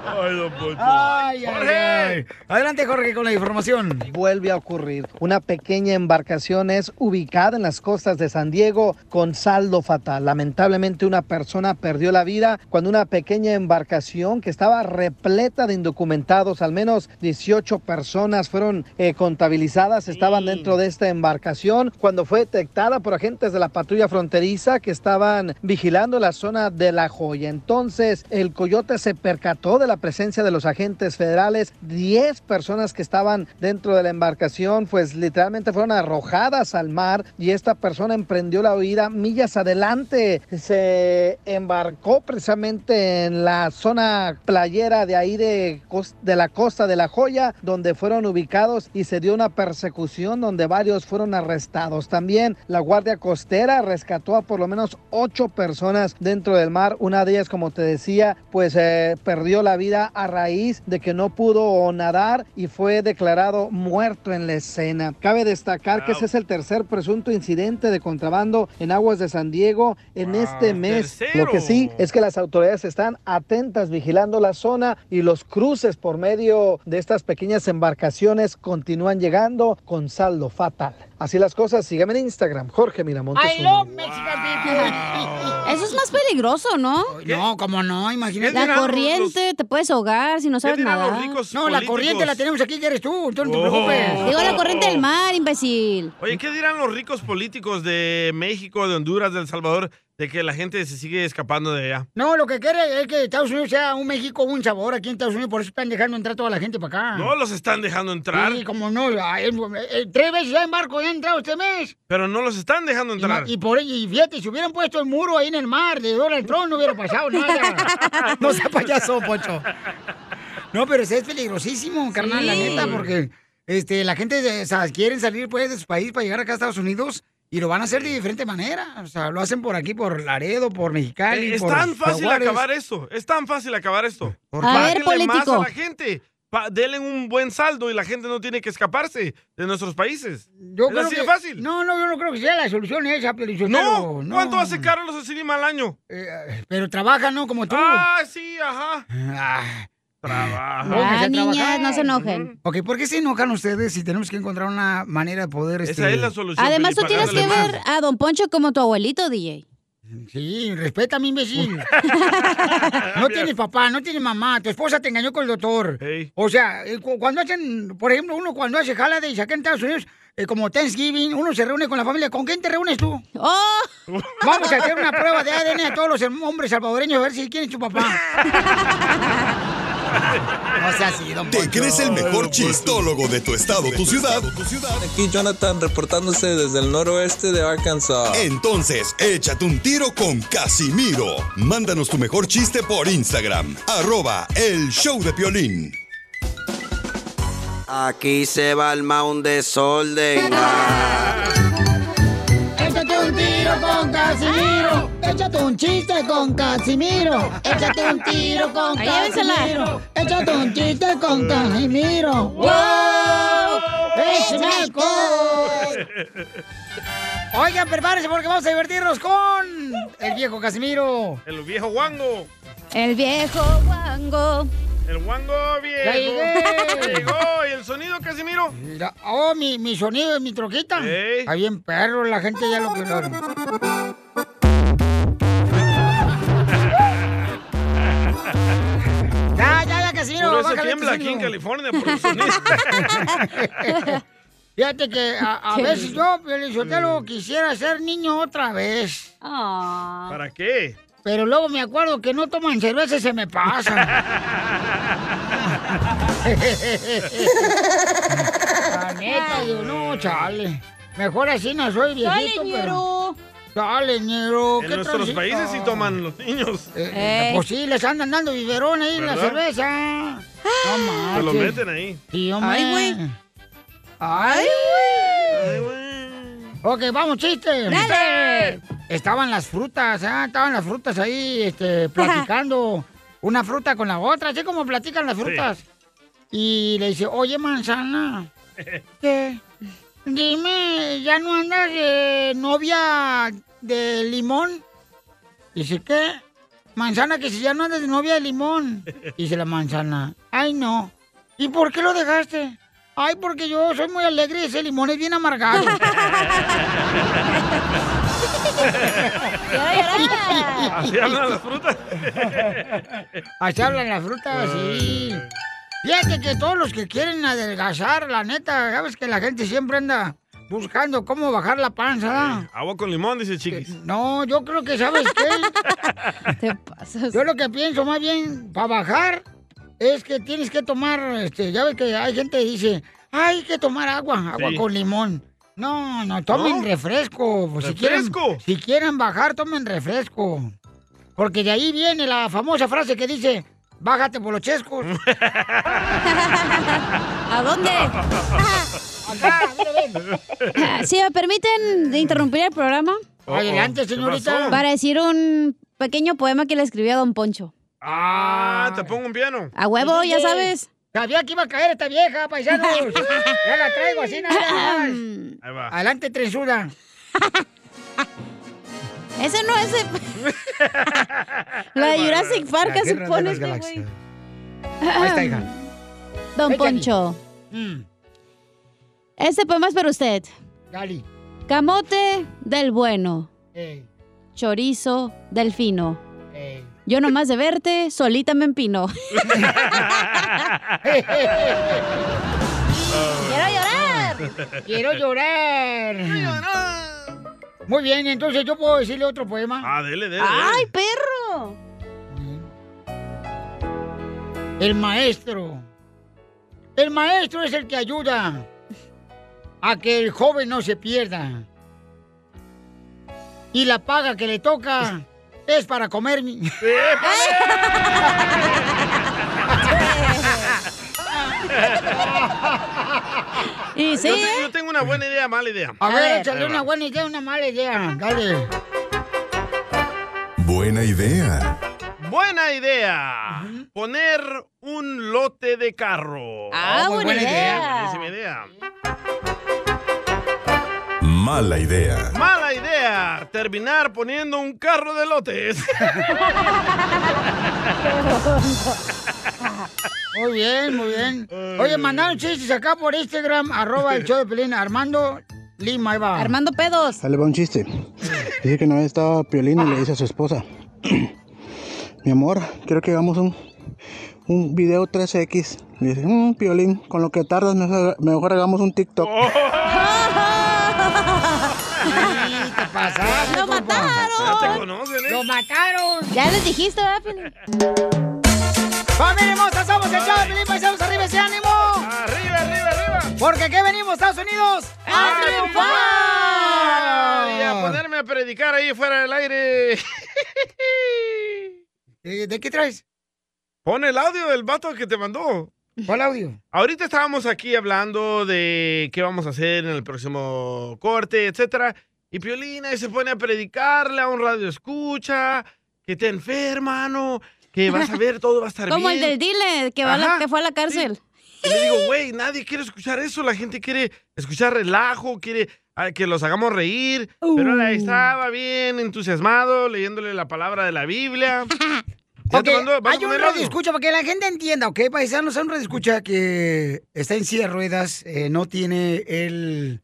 S3: Ay, don Poncho.
S2: Ay, ay,
S3: Jorge.
S2: ay. Adelante, Jorge, con la información.
S5: Vuelve a ocurrir. Una pequeña embarcación es ubicada en las costas de San Diego con saldo fatal. Lamentablemente una persona perdió la vida cuando una pequeña embarcación que estaba repleta de indocumentados, al menos 18 personas fueron eh, contabilizadas, estaban dentro de esta embarcación cuando fue detectada por agentes de la patrulla fronteriza que estaban vigilando la zona de La Joya. Entonces el coyote se percató de la presencia de los agentes federales. 10 personas que estaban dentro de la embarcación pues literalmente fueron arrojadas al mar y esta persona emprendió la huida millas adelante. Se embarcó precisamente en la zona playera de ahí de, cos- de la costa de La Joya donde fueron ubicados y se dio una persecución donde varios fueron arrestados. También la Guardia Costera rescató a por lo menos ocho personas dentro del mar. Una de ellas, como te decía, pues eh, perdió la vida a raíz de que no pudo nadar y fue declarado muerto en la escena. Cabe destacar que ese es el tercer presunto incidente de contrabando en aguas de San Diego en este mes. Lo que sí es que las autoridades están atentas vigilando la zona y los cruces por medio de estas pequeñas embarcaciones continúan llegando con saldo fatal. Así las cosas, síganme en Instagram, Jorge Miramontes. uno.
S4: Eso es más peligroso, ¿no?
S2: No, como no, imagínate.
S4: La
S2: Los-
S4: corriente, te puedes ahogar si no sabes
S2: dirán los
S4: nadar.
S2: ricos No, la políticos? corriente la tenemos aquí, que eres tú, tú no te
S9: Oh.
S2: preocupes.
S4: Digo la corriente del mar, imbécil.
S9: Oye, ¿qué dirán los ricos políticos de México, de Honduras, de El Salvador, de que la gente se sigue escapando de allá?
S2: No, lo que quiere es que Estados Unidos sea un México, un sabor aquí en Estados Unidos, por eso están dejando entrar toda la gente para acá.
S9: No los están dejando entrar,
S2: Ah. Sí, como no, ay, eh, eh, tres veces ya en barco ya han entrado este mes.
S9: pero no los están dejando entrar.
S2: Y por ello, y fíjate, si hubieran puesto el muro ahí en el mar de Donald Trump, no hubiera pasado nada. no sea payaso, Pocho. No, pero sí es peligrosísimo, carnal, la
S10: Sí.
S2: neta, porque este, la gente de- o sea, quieren salir pues de su país para llegar acá a Estados Unidos y lo van a hacer de diferente manera. O sea, lo hacen por aquí, por Laredo, por Mexicali.
S9: Eh, es
S2: por
S9: tan fácil
S2: Jaguares.
S9: acabar esto. Es tan fácil acabar esto.
S2: ¿Por A qué? ver,
S9: Páguenle más
S2: político.
S9: a la gente. Pa- denle un buen saldo y la gente no tiene que escaparse de nuestros países.
S2: Yo
S9: es
S2: creo
S9: así
S2: que-
S9: de fácil.
S2: No, no, yo no creo que sea la solución esa, pero
S9: No, ¿cuánto hace caro los asesinos al año?
S2: Pero trabaja, ¿no? Como Eh, tú.
S9: Ah, sí, ajá.
S2: Ah,
S4: Ya,
S2: Pónganse a
S4: Ah, niñas,
S2: trabajar.
S4: no se enojen.
S2: Ok, ¿por qué se enojan ustedes si tenemos que encontrar una manera de poder...
S9: Esa
S2: este,
S9: es la solución.
S4: Además, tú tienes que ver a Don Poncho como tu abuelito, DJ.
S2: Sí, respeta a mi imbécil. no tienes papá, no tienes mamá, tu esposa te engañó con el doctor. O sea, eh, cu- cuando hacen, por ejemplo, uno cuando hace jala de acá en Estados Unidos, eh, como Thanksgiving, uno se reúne con la familia. ¿Con quién te reúnes tú? Vamos a hacer una prueba de ADN a todos los herm- hombres salvadoreños a ver si quién es tu papá. No sea así, don
S6: ¿Te crees el mejor chistólogo de tu estado, tu ciudad?
S20: pues, Aquí Jonathan reportándose desde el noroeste de Arkansas.
S6: Entonces, échate un tiro con Casimiro. Mándanos tu mejor chiste por Instagram, arroba el show de Piolín.
S21: Aquí se va el mound de sol de
S2: Échate un tiro con Casimiro. Échate un chiste con Casimiro. Échate un tiro con
S10: Ahí, llévensela.
S2: Casimiro. Échate un chiste con Casimiro. ¡Wow! ¡Échame alcohol! Oigan, prepárense porque vamos a divertirnos con el viejo Casimiro.
S9: El viejo guango.
S4: El viejo guango.
S9: El guango viejo.
S2: Ya llegué.
S9: Llegó. ¿Y el sonido, Casimiro?
S2: Mira, oh, mi, mi sonido de mi troquita. Está bien perro, la gente ya lo que lo- Ya, ya, ya, Casimiro,
S9: Por eso
S2: bájale
S9: tiembla
S2: este
S9: aquí en
S2: sonido.
S9: California por el sonido.
S2: Fíjate que a, a
S9: Qué
S2: veces
S9: lindo.
S2: yo,
S9: Mm.
S2: Pielichotelo, quisiera ser niño otra vez. Ah.
S9: ¿Para qué?
S2: Pero luego me acuerdo que no toman cerveza y se me pasa. La neta, digo, no, chale. Mejor así no soy viejito,
S10: Chale,
S2: pero... Chale, ñero.
S9: En
S2: ¿qué
S9: nuestros
S2: transita?
S9: países sí toman los niños.
S2: Pues sí, les andan dando biberón ahí en la
S9: ¿Verdad?
S2: cerveza. No manches.
S9: Se lo meten ahí.
S2: ah, Sí, hombre.
S9: Ay, güey.
S2: Ay, güey. Ok, vamos, chiste.
S10: Dale.
S2: Estaban las frutas, ah, estaban las frutas ahí, este, platicando una fruta con la otra, así como platican las frutas. Y le dice, oye, manzana, ¿qué? Dime, ¿ya no andas de novia de limón? Dice, ¿qué? Manzana, que si ya no andas de novia de limón. Dice la manzana. Ay, no. ¿Y por qué lo dejaste? Ay, porque yo soy muy alegre y ese limón es bien amargado.
S10: Así hablan las
S2: frutas. Así hablan las frutas, sí.
S10: Eh.
S2: Fíjate que todos los que quieren adelgazar, la neta, sabes que la gente siempre anda buscando cómo bajar la panza. ¿da?
S9: Agua con limón, dice Chiquis.
S2: No, yo creo que sabes qué. Te pasas. Yo lo que pienso más bien para bajar es que tienes que tomar, este, ya ves que hay gente que dice, "Ay, hay que tomar agua, agua
S10: Sí.
S2: con limón. No, no, tomen
S10: ¿No?
S2: refresco. pues, Si quieren, si quieren bajar, tomen refresco. Porque de ahí viene la famosa frase que dice, bájate por los chescos.
S4: ¿A dónde? Si me permiten de interrumpir el programa.
S2: Oh,
S10: Uh-oh. Adelante, señorita. ¿Qué pasó?
S4: Para decir un pequeño poema que le escribí a Don Poncho.
S9: Ah, te pongo un piano.
S4: A huevo, ya sabes.
S2: Sabía que iba a caer esta vieja, paisanos. ya la traigo así nada más.
S9: Ahí va.
S2: Adelante, trenzuda.
S4: Ese no es. Lo de Jurassic Park
S10: La
S4: se
S10: guerra de
S4: pone
S10: las
S4: este güey.
S10: galaxias.
S4: Ahí
S10: está, hija.
S4: Don
S10: Échale.
S4: Poncho. Este poema es para usted.
S2: Dali.
S4: Camote del bueno,
S2: Ey,
S4: chorizo del fino.
S2: ey.
S4: Yo nomás de verte, solita me empino.
S10: Quiero
S4: llorar.
S2: Quiero llorar. Muy bien, entonces yo puedo decirle otro poema.
S9: Ah, dele, dele.
S4: ¡Ay,
S9: dele.
S4: perro!
S2: El maestro. El maestro es el que ayuda a que el joven no se pierda. Y la paga que le toca es para comer. mi-
S4: Y
S9: yo, te- yo tengo una buena idea, mala idea.
S2: A ver, échale
S9: salió
S2: una buena idea, una mala idea. Dale.
S1: Buena idea.
S9: Buena idea. Poner un lote de carro.
S4: Ah,
S2: Oh,
S1: muy buena buena idea. idea.
S9: Buenísima idea.
S1: Mala idea.
S9: Mala idea. Terminar poniendo un carro de lotes.
S2: Ah, Muy bien, muy bien. Oye, mandaron chistes acá por Instagram, arroba el show de Pelín. Armando Lima, ahí va.
S4: Armando Pedos.
S8: Ahí le va un chiste. Dice que una vez estaba Piolín y le dice a su esposa, mi amor, quiero que hagamos un, un video 3X. Le dice, "Mm, Piolín, con lo que tardas, mejor, mejor hagamos un TikTok.
S2: Sí, te pasaste, ¡Lo mataron!
S9: te conocen,
S2: ¡Lo mataron!
S4: Ya les dijiste, ¿verdad, Pelín?
S2: ¡Familia hermosa, somos el show de Pelín, paisanos! ¡Arriba ese ánimo!
S9: ¡Arriba, arriba, arriba!
S2: Porque aquí venimos, Estados Unidos, a
S9: Ah,
S2: triunfar.
S9: Y a ponerme a predicar ahí fuera del aire.
S2: ¿De qué traes?
S9: Pon el audio del vato que te mandó.
S2: ¿Cuál audio?
S9: Ahorita estábamos aquí hablando de qué vamos a hacer en el próximo corte, etcétera. Y Piolina ahí se pone a predicarle a un radio escucha que te enferma, no, que vas a ver, todo va a estar
S4: Como el
S9: bien.
S4: del Dile, que, va a la-
S9: Ajá,
S4: que fue a la cárcel.
S9: Y le digo, güey, nadie quiere escuchar eso. La gente quiere escuchar relajo, quiere ah, que los hagamos reír. Pero
S2: Uh.
S9: ahí estaba bien entusiasmado leyéndole la palabra de la Biblia. Ya
S2: Ok,
S9: te mandó- ¿vas a
S2: hay un
S9: poner
S2: radio
S9: audio?
S2: escucha para que la gente entienda, ¿ok? Paisanos, hay un radio escucha que está en silla de ruedas, eh, no tiene el,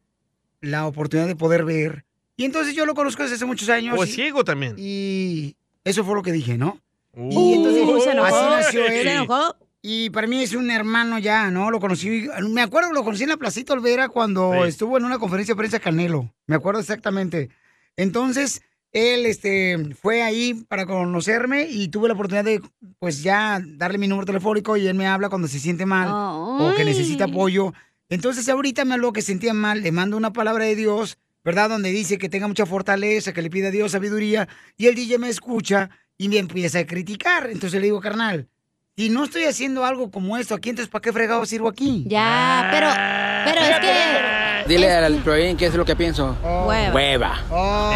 S2: la oportunidad de poder ver. Y entonces yo lo conozco desde hace muchos años.
S9: O
S2: y-
S9: es ciego también.
S2: Y eso fue lo que dije, ¿no?
S9: Uh,
S2: y entonces
S9: se enojó.
S2: así nació él.
S9: Se enojó.
S2: Y para mí es un hermano ya, ¿no? Lo conocí, me acuerdo, que lo conocí en la Placita Olvera cuando
S10: Sí.
S2: estuvo en una conferencia de prensa Canelo. Me acuerdo exactamente. Entonces, él este, fue ahí para conocerme y tuve la oportunidad de, pues ya, darle mi número telefónico y él me habla cuando se siente mal o que necesita
S10: Ay.
S2: apoyo. Entonces, ahorita me habló que sentía mal, le mando una palabra de Dios, ¿verdad? Donde dice que tenga mucha fortaleza, que le pida a Dios sabiduría. Y el DJ me escucha y me empieza a criticar. Entonces le digo, carnal, si no estoy
S9: Ah.
S2: haciendo algo como esto aquí, entonces ¿para qué fregado sirvo aquí?
S4: Ya, pero, pero es que
S7: Dile al Proin qué es lo que pienso.
S4: Hueva.
S7: Hueva.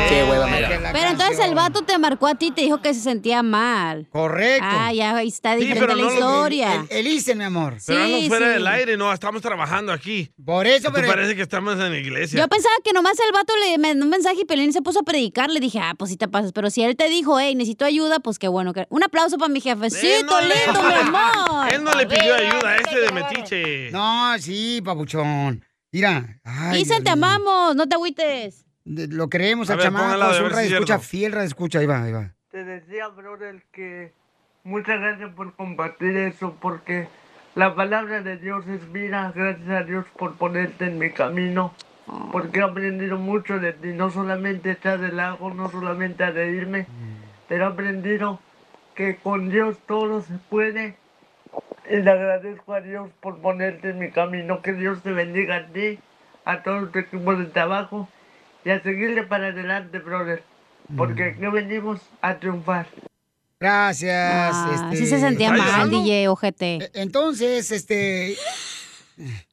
S7: Qué hueva me da.
S4: Pero entonces el vato te marcó a ti y te dijo que se sentía mal.
S2: Correcto.
S4: Ah, ya ahí está
S9: Sí,
S4: diferente
S9: pero
S4: la
S9: no lo-
S4: historia.
S9: el-
S2: el hice, eh, mi amor.
S9: Pero
S4: Sí,
S9: ando fuera
S4: sí.
S9: del aire, no, estamos trabajando aquí.
S2: Por eso,
S9: pero...
S2: pero-
S9: parece que estamos en la iglesia.
S4: Yo pensaba que nomás el vato le mandó un mensaje y Pelín se puso a predicar. Le dije, ah, pues sí te pasas. Pero si él te dijo, hey, necesito ayuda, pues qué bueno. que- Un aplauso para mi jefecito, lindo, mi amor.
S9: Él no le pidió ayuda a este de metiche.
S2: No, sí, papuchón. Mira. Ay,
S4: Dicen,
S2: Dios
S4: te
S2: mío.
S4: amamos, no te agüites.
S2: De- Lo creemos
S9: A
S2: al
S9: ver, póngala, a
S2: chamaco.
S9: ver
S2: Es un
S9: si es
S2: radioescucha
S9: cierto.
S2: fiel, radioescucha. Ahí va, ahí va.
S11: Te decía, brother, que muchas gracias por compartir eso, porque la palabra de Dios es vida. Gracias a Dios por ponerte en mi camino, porque he aprendido mucho de ti. No solamente echar del lago, no solamente a reírme, pero he aprendido que con Dios todo se puede. Y le agradezco a Dios por ponerte en mi camino. Que Dios te bendiga a ti, a todo tu equipo de trabajo y a seguirle para adelante, brother. Porque aquí venimos a triunfar.
S2: Gracias.
S4: Ah,
S2: este-
S4: sí se sentía
S2: Ay,
S4: mal,
S2: ¿no?
S4: DJ,
S2: Eh,
S4: ojete.
S2: Entonces, este...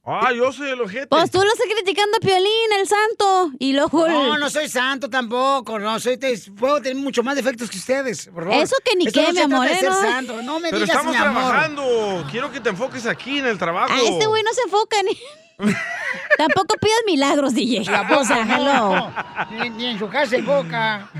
S9: Ah, yo soy el ojete.
S2: eh.
S4: Pues tú lo estás criticando a Piolín, el santo, y luego... el-
S2: No, no soy santo tampoco, no soy te- puedo tener mucho más defectos que ustedes, por favor.
S4: Eso que ni
S2: Esto
S4: qué,
S2: no
S4: mi
S2: se trata
S4: amor,
S2: de
S4: ¿eh?
S2: ser
S4: No.
S2: santo, no me
S9: Pero
S2: digas
S9: estamos
S2: mi amor. Ah,
S9: trabajando. Quiero que te enfoques aquí en el trabajo.
S4: A este güey no se enfoca ni... Tampoco pidas milagros, DJ.
S2: La
S4: o sea,
S2: boca,
S4: hello.
S2: no, ni, ni en su casa en boca.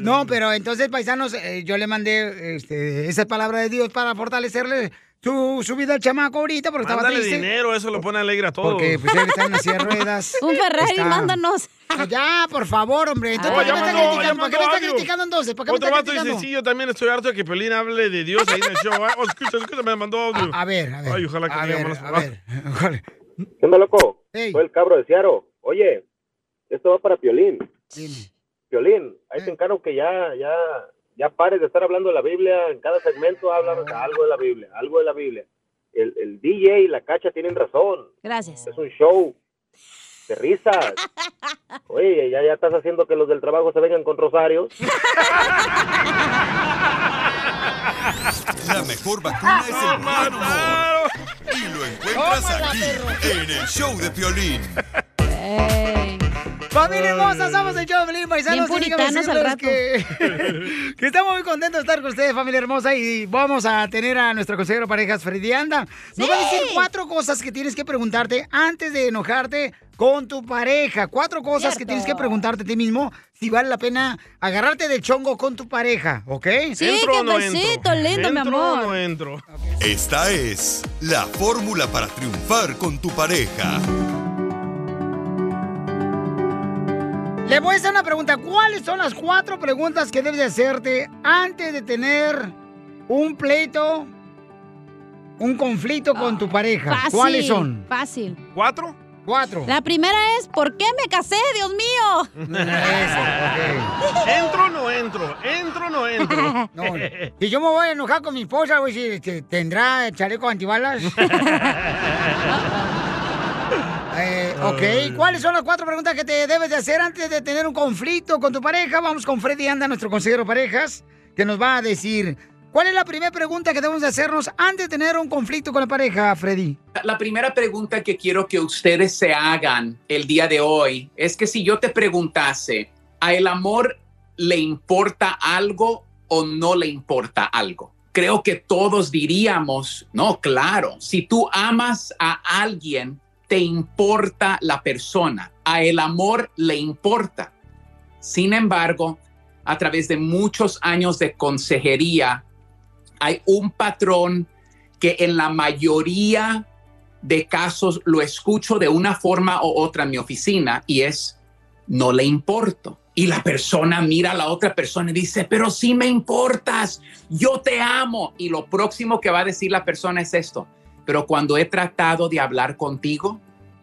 S2: No, pero entonces, paisanos, eh, yo le mandé este, esa palabra de Dios para fortalecerle su, su vida al chamaco ahorita, porque estaba
S9: Mándale
S2: triste.
S9: dinero, eso lo pone alegre a todos.
S2: Porque pues, él está en una silla de ruedas.
S4: Un Ferrari,
S2: Está-
S4: mándanos.
S2: Ya, por favor, hombre. Entonces,
S9: Ah,
S2: ¿para qué
S9: ya
S2: me están
S9: mandó, ya
S2: criticando? ¿Para qué me
S9: mandó
S2: están
S9: audio.
S2: criticando entonces? ¿Para qué me
S9: Otro
S2: están
S9: vato dice,
S2: criticando?
S9: sí, yo también estoy harto de que Pelín hable de Dios ahí en el show. Ah, oh, escucha, escucha, me mandó audio.
S2: A, ver, a ver.
S9: Ay, ojalá que
S2: a
S9: diga
S2: ver,
S9: malas
S2: a ver.
S22: ¿Qué onda, loco?
S2: Ey.
S22: Soy el cabro de Ciaro. Oye, esto va para Piolín. Piolín, ahí te encargo que ya, ya, ya pares de estar hablando de la Biblia. En cada segmento hablan algo de la Biblia, algo de la Biblia. El, el DJ y la cacha tienen razón.
S4: Gracias.
S22: Es un show de risas. Oye, ya, ya estás haciendo que los del trabajo se vengan con rosarios.
S6: La mejor vacuna es el buen humor. Y lo encuentras aquí, en el show de Piolín.
S2: Familia hermosa, somos el show de Pelín, paisanos.
S4: Bien
S2: y déjame
S4: puritanos al
S2: decirles
S4: rato.
S2: Que, que estamos muy contentos de estar con ustedes, familia hermosa, y vamos a tener a nuestro consejero parejas, Freddy Anda. Nos va a decir cuatro cosas que tienes que preguntarte antes de enojarte con tu pareja. Cuatro cosas que tienes que preguntarte a ti mismo si vale la pena agarrarte de chongo con tu pareja, ¿ok?
S4: Sí, ¿Entro o no jefecito, entro? lindo, mi ¿Entro o amor. no
S9: entro?
S6: Esta es la fórmula para triunfar con tu pareja.
S2: Le voy a hacer una pregunta. ¿Cuáles son las cuatro preguntas que debes de hacerte antes de tener un pleito, un conflicto con tu pareja?
S4: Fácil,
S2: ¿Cuáles son?
S4: Fácil.
S9: ¿Cuatro?
S2: Cuatro.
S4: La primera es, ¿por qué me casé, Dios mío?
S9: ¿Entro o no entro? ¿Entro o no entro?
S2: No, si yo me voy a enojar con mi esposa, voy a decir, este, ¿tendrá chaleco antibalas? Eh, ok, ¿cuáles son las cuatro preguntas que te debes de hacer antes de tener un conflicto con tu pareja? Vamos con Freddy Anda, nuestro consejero parejas, que nos va a decir, ¿cuál es la primera pregunta que debemos de hacernos antes de tener un conflicto con la pareja, Freddy?
S23: La primera pregunta que quiero que ustedes se hagan el día de hoy es que si yo te preguntase, ¿a el amor le importa algo o no le importa algo? Creo que todos diríamos, no, claro, si tú amas a alguien, te importa la persona, a el amor le importa. Sin embargo, a través de muchos años de consejería, hay un patrón que en la mayoría de casos lo escucho de una forma u otra en mi oficina y es, no le importo. Y la persona mira a la otra persona y dice, pero sí me importas, yo te amo. Y lo próximo que va a decir la persona es esto, pero cuando he tratado de hablar contigo,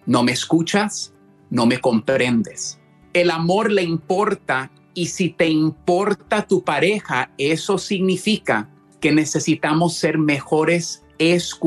S23: no me escuchas, no me comprendes. El amor le importa y si te importa tu pareja, eso significa que necesitamos ser mejores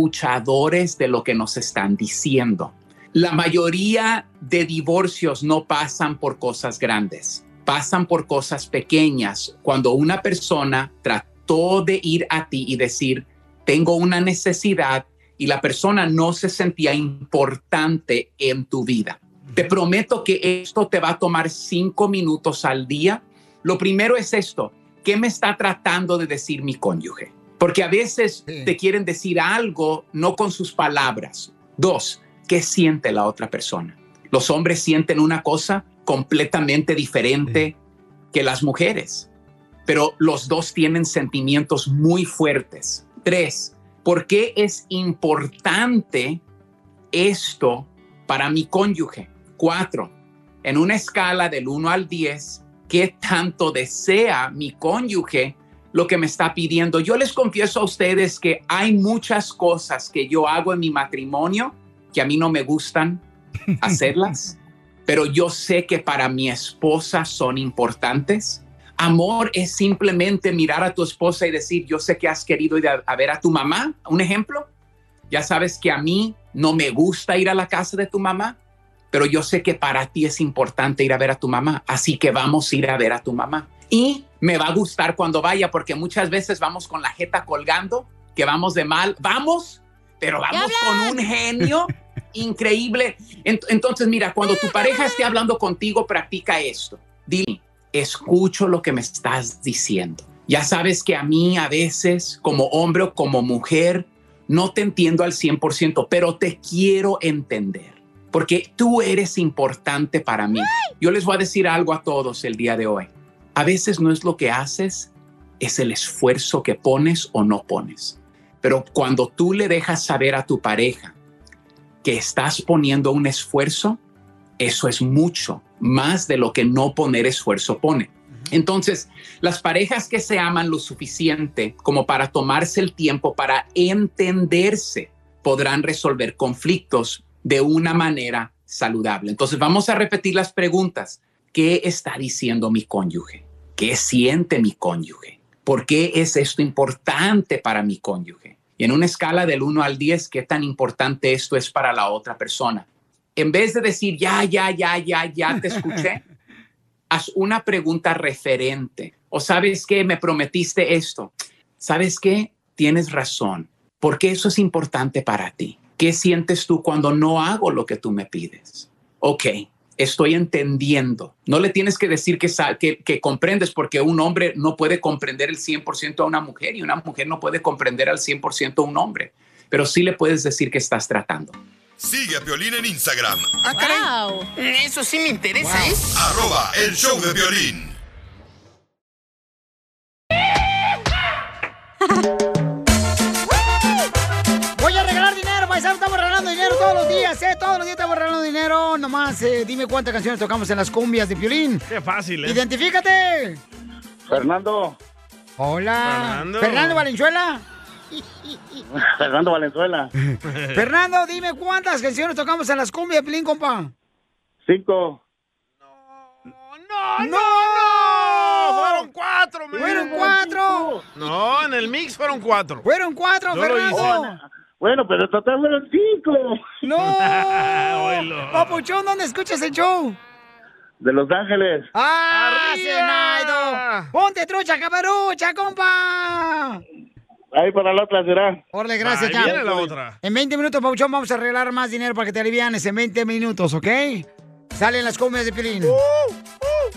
S23: escuchadores de lo que nos están diciendo. La mayoría de divorcios no pasan por cosas grandes, pasan por cosas pequeñas. Cuando una persona trató de ir a ti y decir, tengo una necesidad y la persona no se sentía importante en tu vida. Te prometo que esto te va a tomar cinco minutos al día. Lo primero es esto, ¿qué me está tratando de decir mi cónyuge? Porque a veces te quieren decir algo no con sus palabras. Dos, ¿qué siente la otra persona? Los hombres sienten una cosa completamente diferente que las mujeres, pero los dos tienen sentimientos muy fuertes. Tres, ¿por qué es importante esto para mi cónyuge? Cuatro, en una escala del 1 al 10, ¿qué tanto desea mi cónyuge lo que me está pidiendo? Yo les confieso a ustedes que hay muchas cosas que yo hago en mi matrimonio que a mí no me gustan hacerlas, pero yo sé que para mi esposa son importantes. Amor es simplemente mirar a tu esposa y decir, yo sé que has querido ir a- a ver a tu mamá, un ejemplo, ya sabes que a mí no me gusta ir a la casa de tu mamá, pero yo sé que para ti es importante ir a ver a tu mamá, así que vamos a ir a ver a tu mamá. Y me va a gustar cuando vaya, porque muchas veces vamos con la jeta colgando, que vamos de mal, vamos, pero vamos con un genio increíble. Ent- Entonces, mira, cuando tu pareja esté hablando contigo, practica esto. Dile, escucho lo que me estás diciendo. Ya sabes que a mí a veces, como hombre o como mujer, no te entiendo al 100%, pero te quiero entender, porque tú eres importante para mí. Yo les voy a decir algo a todos el día de hoy. A veces no es lo que haces, es el esfuerzo que pones o no pones. Pero cuando tú le dejas saber a tu pareja que estás poniendo un esfuerzo, eso es mucho más de lo que no poner esfuerzo pone. Entonces, las parejas que se aman lo suficiente como para tomarse el tiempo para entenderse podrán resolver conflictos de una manera saludable. Entonces, vamos a repetir las preguntas. ¿Qué está diciendo mi cónyuge? ¿Qué siente mi cónyuge? ¿Por qué es esto importante para mi cónyuge? Y en una escala del 1 al 10, ¿qué tan importante esto es para la otra persona? En vez de decir, ya, ya, ya, ya, ya, te escuché, haz una pregunta referente. O sabes qué, me prometiste esto. ¿Sabes qué? Tienes razón, porque eso es importante para ti. ¿Qué sientes tú cuando no hago lo que tú me pides? Ok, estoy entendiendo. No le tienes que decir que, sa- que, que comprendes, porque un hombre no puede comprender el 100% a una mujer y una mujer no puede comprender al 100% a un hombre, pero sí le puedes decir que estás tratando.
S6: Sigue a Piolín en Instagram.
S10: Ah, caray. Eso sí me interesa, ¿eh?
S6: Arroba el show de violín.
S2: Voy a regalar dinero, paisano. Estamos regalando dinero todos los días, ¿eh? Todos los días estamos regalando dinero. Nomás eh, dime cuántas canciones tocamos en las cumbias de violín.
S9: Qué fácil, ¿eh?
S2: ¡Identifícate!
S15: Fernando.
S2: Hola.
S15: Fernando.
S2: Fernando Valenzuela.
S15: Fernando Valenzuela.
S2: Eh. Fernando, dime cuántas canciones tocamos en las cumbias de violín, compa.
S15: Cinco.
S2: ¡No, no!
S9: Fueron cuatro, men.
S2: ¡Fueron cuatro!
S9: No, en el mix fueron cuatro.
S2: ¡Fueron cuatro, Fernando!
S15: Bueno, pero total fueron cinco.
S2: ¡No! Papuchón, ¿dónde escuchas el show?
S15: De Los Ángeles.
S2: ¡Ah, Zenaido! ¡Ponte trucha, caperucha, compa!
S15: Ahí para la otra será.
S2: Órale, gracias, ya. En 20 minutos, Pauchón, vamos a arreglar más dinero para que te alivianes. En 20 minutos, ¿ok? Salen las comidas de Pilín.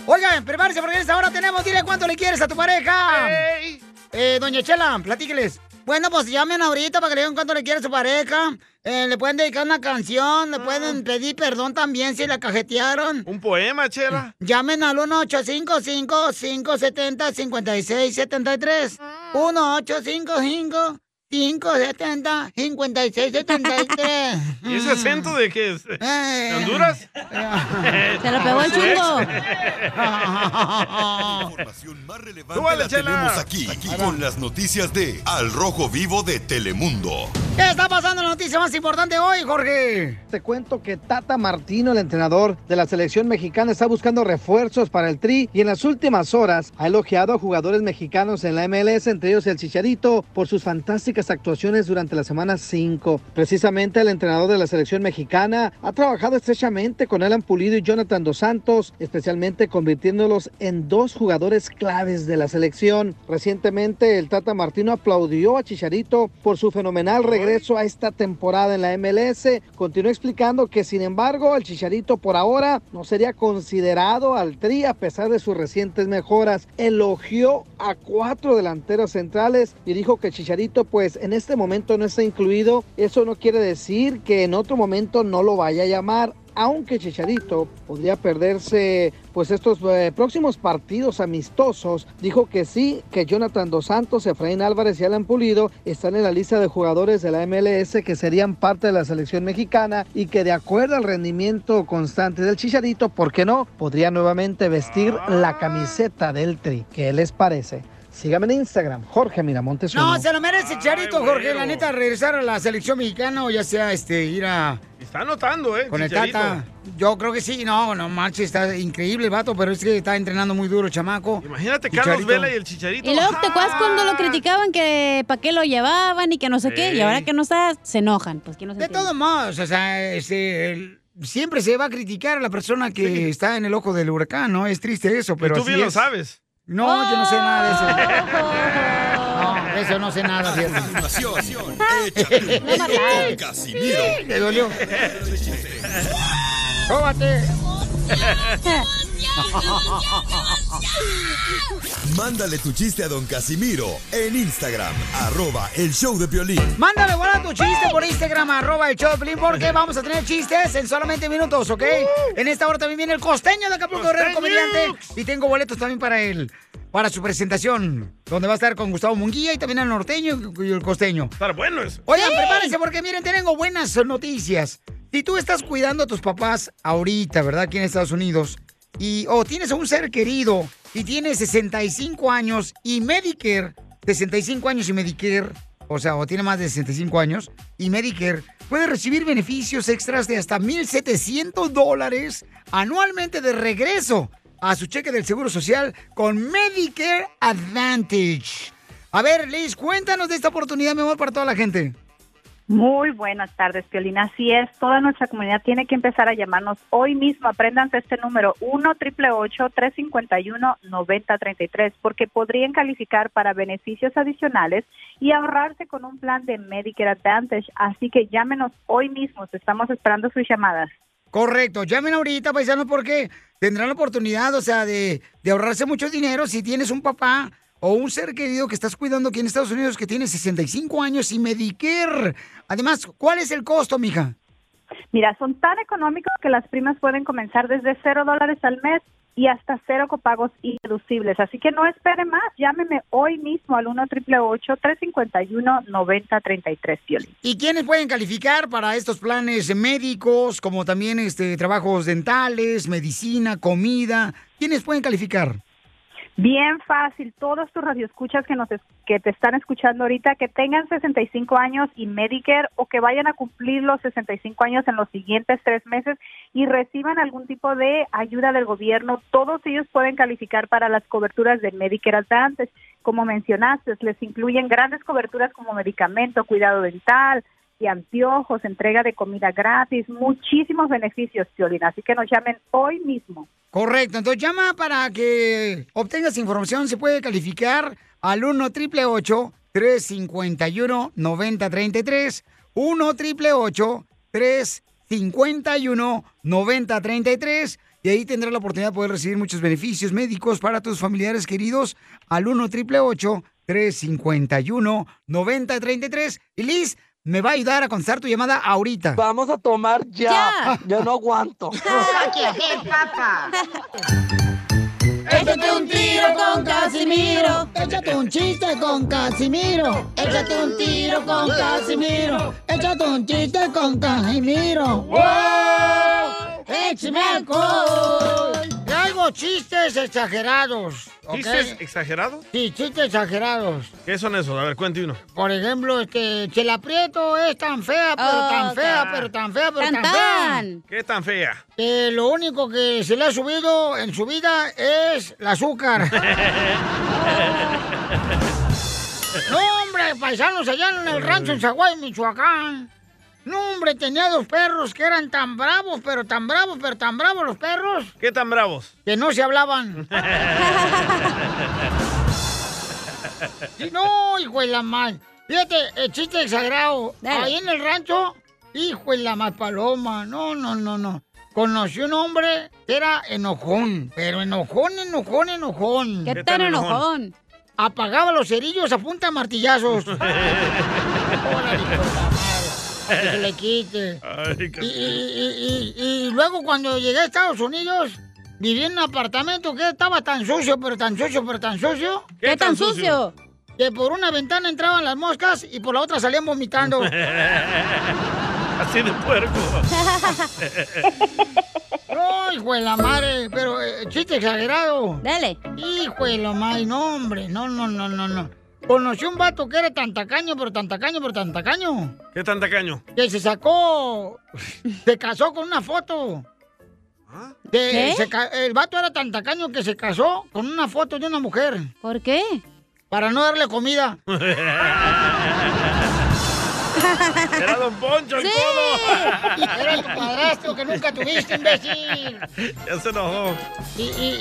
S2: Oigan, prepárense porque en esta hora tenemos. Dile cuánto le quieres a tu pareja. Eh, doña Chela, platíqueles. Bueno, pues llamen ahorita para que le digan cuánto le quiere a su pareja. Eh, le pueden dedicar una canción, le pueden pedir perdón también si la cajetearon.
S9: Ah. Un poema, Chela.
S2: Llamen al 1-855-570-5673.
S9: Ah.
S2: 1-855-570-5673.
S9: ¿Y ese acento de qué es?
S2: Eh. ¿De
S9: Honduras?
S2: Se lo pegó el chungo.
S6: Levante la tenemos aquí, aquí con las noticias de Al Rojo Vivo de Telemundo.
S2: ¿Qué está pasando en la noticia más importante hoy, Jorge?
S5: Te cuento que Tata Martino, el entrenador de la selección mexicana, está buscando refuerzos para el Tri y en las últimas horas ha elogiado a jugadores mexicanos en la MLS, entre ellos el Chicharito, por sus fantásticas actuaciones durante la semana 5. Precisamente el entrenador de la selección mexicana ha trabajado estrechamente con Alan Pulido y Jonathan Dos Santos, especialmente convirtiéndolos en dos jugadores claves de la selección. Recientemente el Tata Martino aplaudió a Chicharito por su fenomenal regreso regreso a esta temporada en la MLS. Continuó explicando que, sin embargo, el Chicharito por ahora no sería considerado al tri a pesar de sus recientes mejoras. Elogió a cuatro delanteros centrales y dijo que Chicharito, pues en este momento no está incluido. Eso no quiere decir que en otro momento no lo vaya a llamar aunque Chicharito podría perderse pues estos eh, próximos partidos amistosos, dijo que sí, que Jonathan Dos Santos, Efraín Álvarez y Alan Pulido están en la lista de jugadores de la MLS que serían parte de la selección mexicana y que de acuerdo al rendimiento constante del Chicharito, ¿por qué no? Podría nuevamente vestir la camiseta del Tri. ¿Qué les parece? Sígame en Instagram, Jorge Miramontes. uno.
S2: No, se lo merece Charito, Jorge. La neta, regresar a la selección mexicana o ya sea este, ir a.
S9: Está anotando, ¿eh?
S2: Con el
S9: Chicharito.
S2: Tata. Yo creo que sí, no, no manches, está increíble el vato, pero es que está entrenando muy duro, chamaco.
S9: Imagínate Carlos
S2: Chicharito.
S9: Vela y el Chicharito.
S4: Y luego te acuerdas cuando lo criticaban que para qué lo llevaban y que no sé qué, y
S2: Ey.
S4: ahora que no está, se enojan. Pues que no se
S2: De todos modos, o sea, este, el- siempre se va a criticar a la persona que está en el ojo del huracán, ¿no? Es triste eso, pero
S9: tú
S2: así
S9: bien lo
S2: es.
S9: sabes.
S2: No, yo no sé nada de eso. No, de eso no sé nada. fíjate.
S10: échate un tiro con Casimiro.
S2: Sí, Le dolió. ¡Cóbate!
S6: Mándale tu chiste a don Casimiro en Instagram, arroba el show de Piolín.
S2: Mándame ahora tu chiste por Instagram, arroba el show de Piolín, porque vamos a tener chistes en solamente minutos, ¿ok? En esta hora también viene el costeño de Acapulco Guerrero, comediante. Y tengo boletos también para él, para su presentación, donde va a estar con Gustavo Munguía y también al norteño y el costeño.
S9: Estar bueno eso.
S2: Oigan, prepárense porque miren, tengo buenas noticias. Si tú estás cuidando a tus papás ahorita, ¿verdad? Aquí en Estados Unidos, y o tienes a un ser querido y tienes 65 años y Medicare, 65 años y Medicare, o sea, o tiene más de 65 años y Medicare, puede recibir beneficios extras de hasta 1.700 dólares anualmente de regreso a su cheque del Seguro Social con Medicare Advantage. A ver, Liz, cuéntanos de esta oportunidad, mi amor, para toda la gente.
S12: Muy buenas tardes, Piolina. Así es, toda nuestra comunidad tiene que empezar a llamarnos hoy mismo. Apréndanse este número 1 351 9033 porque podrían calificar para beneficios adicionales y ahorrarse con un plan de Medicare Advantage. Así que llámenos hoy mismo, te estamos esperando sus llamadas.
S2: Correcto, llamen ahorita, paisanos, porque tendrán la oportunidad, o sea, de, de ahorrarse mucho dinero si tienes un papá o un ser querido que estás cuidando aquí en Estados Unidos que tiene 65 años y Medicare. Además, ¿cuál es el costo, mija?
S12: Mira, son tan económicos que las primas pueden comenzar desde cero dólares al mes y hasta cero copagos indeducibles. Así que no espere más, llámeme hoy mismo al 1 351 9033 Piolín.
S2: ¿Y quiénes pueden calificar para estos planes médicos, como también este trabajos dentales, medicina, comida? ¿Quiénes pueden calificar?
S12: Bien fácil, todos tus radioescuchas que, nos, es- que te están escuchando ahorita, que tengan 65 años y Medicare o que vayan a cumplir los 65 años en los siguientes tres meses y reciban algún tipo de ayuda del gobierno, todos ellos pueden calificar para las coberturas de Medicare Advantage. Como mencionaste, les incluyen grandes coberturas como medicamento, cuidado dental y anteojos, entrega de comida gratis, muchísimos beneficios, Violina. Así que nos llamen hoy mismo.
S2: Correcto, entonces llama para que obtengas información, se puede calificar al 1 triple 351 9033 1 triple 351 9033 y ahí tendrás la oportunidad de poder recibir muchos beneficios médicos para tus familiares queridos al 1 triple 351 9033 y Liz me va a ayudar a contestar tu llamada ahorita. Vamos a tomar ya. Yo no aguanto.
S10: Échate un tiro con Casimiro.
S2: Échate un chiste con Casimiro. Échate un tiro con Casimiro. Échate un chiste con Casimiro. ¡Wow! ¡Échame alcohol! Traigo chistes exagerados. ¿ok?
S9: ¿Chistes exagerados?
S2: Sí, chistes exagerados.
S9: ¿Qué son esos? A ver, cuente uno.
S2: Por ejemplo, este, Chela Prieto es tan fea, pero
S9: Oh,
S2: tan fea,
S9: ta-
S2: pero tan fea, pero tan, fea.
S9: ¿Qué tan fea?
S2: Que lo único que se le ha subido en su vida es el azúcar. No, hombre, paisanos allá en el rancho en Zaguay, Michoacán. No, hombre, tenía dos perros que eran tan bravos, pero tan bravos, pero tan bravos los perros.
S9: ¿Qué tan bravos?
S2: Que no se hablaban. Y no, hijo de la mal. Fíjate, el chiste exagerado. Ahí en el rancho, hijo en la más paloma. No, no, no, no. Conocí un hombre que era enojón, pero enojón, enojón, enojón.
S4: ¿Qué tan enojón?
S2: Apagaba los cerillos a punta de martillazos. que se le quite.
S10: Ay,
S2: Y, y- y- y- y luego cuando llegué a Estados Unidos, viví en un apartamento que estaba tan sucio, pero tan sucio, pero tan sucio.
S10: ¿Qué ¿Qué tan tan sucio?
S2: Que por una ventana entraban las moscas y por la otra salían vomitando.
S10: Así de puerco.
S2: No, hijo de la madre, pero eh, chiste exagerado.
S4: Dale.
S2: Hijo de la madre, no, hombre, no, no, no, no, no. Conocí un vato que era tan tacaño, pero tan tacaño, pero tan tacaño.
S9: ¿Qué tan tacaño?
S2: Que se sacó, se casó con una foto. De-
S9: ¿Qué?
S2: se ca- el vato era tan tacaño que se casó con una foto de una mujer.
S4: ¿Por qué?
S2: Para no darle comida.
S10: Ah, Era Don Poncho el
S2: Sí.
S10: codo.
S2: Era tu padrastro que nunca tuviste, imbécil.
S9: Ya se enojó.
S2: Y, y-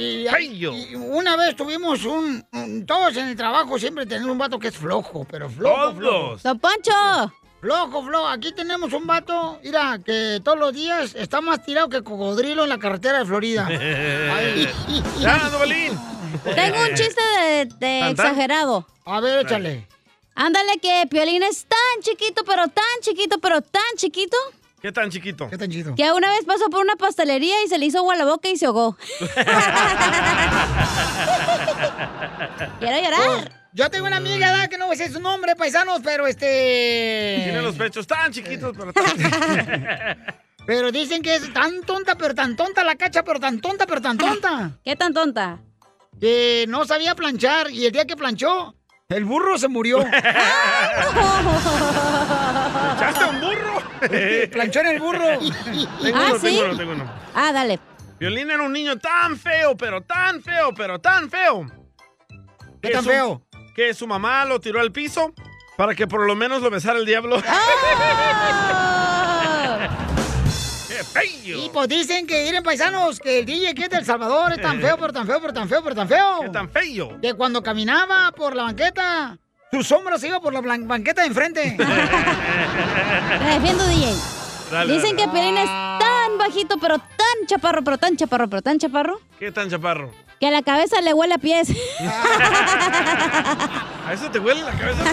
S2: y- y-
S9: ¡Ay, yo!
S2: y una vez tuvimos un, un- Todos en el trabajo siempre tenemos un vato que es flojo, pero flojo.
S9: Todos.
S2: flojo.
S4: ¡Don Poncho!
S2: Flojo, flojo. Aquí tenemos un vato, mira, que todos los días está más tirado que cocodrilo en la carretera de Florida.
S9: Ah,
S10: Ya,
S4: Tengo un chiste de, de
S2: ¿Tan, tan?
S4: exagerado.
S2: A ver, échale.
S4: Ándale que Piolín es tan chiquito, pero tan chiquito, pero tan chiquito,
S9: ¿Qué tan chiquito?
S2: ¿Qué tan chiquito?
S4: que una vez pasó por una pastelería y se le hizo agua a la boca y se ahogó. Quiero llorar.
S2: Yo tengo una amiga ¿verdad? que no voy a decir su nombre, paisanos, pero este.
S9: Tiene los pechos tan chiquitos, pero tan...
S2: Pero dicen que es tan tonta, pero tan tonta la cacha, pero tan tonta, pero Ah, tan tonta.
S4: ¿Qué tan tonta?
S2: Que no sabía planchar y el día que planchó, el burro se murió.
S10: ¿Echaste
S2: ¿Echaste
S10: a un burro?
S2: Planchó en el burro.
S9: Tengo uno, tengo uno, tengo uno.
S4: Ah, dale.
S9: Violín era un niño tan feo, pero tan feo, pero tan feo.
S2: ¿Qué
S9: que
S2: tan
S9: su-
S2: feo?
S9: Que su mamá lo tiró al piso para que por lo menos lo besara el diablo.
S2: Ah.
S9: ¡Qué feo!
S2: Y pues dicen que miren paisanos, que el DJ que es de El Salvador es tan feo, pero tan feo, pero tan feo, pero tan feo.
S9: ¡Qué tan feo!
S2: Que cuando caminaba por la banqueta, su sombra se iba por la blan- banqueta de enfrente.
S4: La defiendo, DJ.
S9: Dale,
S4: Dicen
S9: dale.
S4: que Piolín es tan bajito, pero tan chaparro, pero tan chaparro, pero tan chaparro,
S9: ¿Qué tan chaparro?
S4: que a la cabeza le huele a pies.
S14: Ah.
S9: ¿A eso te huele la cabeza?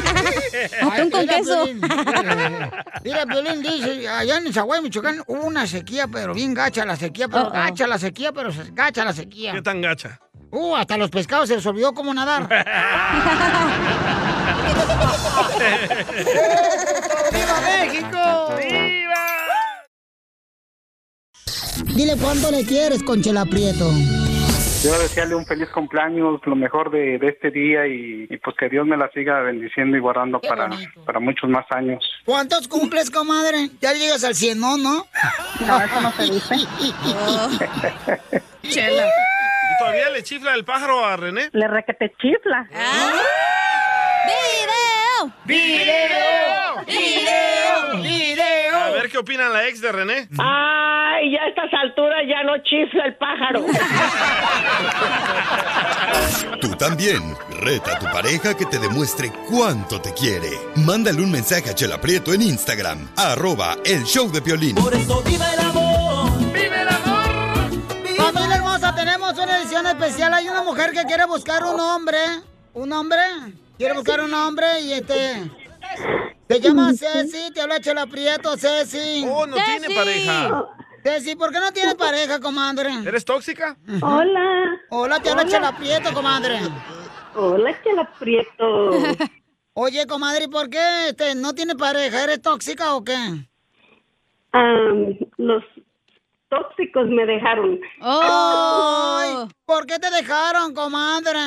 S4: Atún con
S2: Mira,
S4: queso.
S2: Piolín. Mira, Piolín dice, allá en Zaguay, Michoacán, hubo una sequía, pero bien gacha la sequía, pero
S9: Uh-oh.
S2: gacha la sequía, pero se- gacha la sequía.
S9: ¿Qué tan gacha?
S2: Uh, hasta los pescados se les olvidó cómo nadar. ¡Viva México! Dile cuánto le quieres, Conchela Prieto.
S13: Yo desearle un feliz cumpleaños, lo mejor de, de este día y, y pues que Dios me la siga bendiciendo y guardando para, para muchos más años.
S2: ¿Cuántos cumples, comadre? Ya llegas al 100, ¿no? No, eso no se dice. Chela.
S9: ¿Y todavía le chifla el pájaro a René?
S13: Le requete chifla.
S4: Ah. ¡Video!
S10: ¡Video! ¡Video! ¡Video!
S9: A ver qué opina la ex de René.
S14: Ay, ya a estas alturas ya no chifla el pájaro.
S6: Tú también. Reta a tu pareja que te demuestre cuánto te quiere. Mándale un mensaje a Chela Prieto en Instagram. Arroba el show de Piolín.
S10: ¡Viva el amor! ¡Viva el amor!
S2: Familia hermosa, tenemos una edición especial. Hay una mujer que quiere buscar un hombre. ¿Un hombre? Quiere buscar un hombre y este. Te llama Ceci, te habla Chela Prieto, Ceci. Oh,
S9: no tiene Ceci. pareja.
S2: Ceci, ¿por qué no tienes pareja, comadre?
S9: ¿Eres tóxica?
S14: Hola.
S2: Hola, te habla
S14: Hola.
S2: Chela Prieto, comadre.
S14: Hola, Chela Prieto.
S2: Oye, comadre, ¿y ¿por qué este, no tienes pareja? ¿Eres tóxica o qué?
S14: Am, los
S19: pues,
S14: tóxicos me dejaron.
S4: ¡Oh!
S2: Ay, ¿Por qué te dejaron, comadre?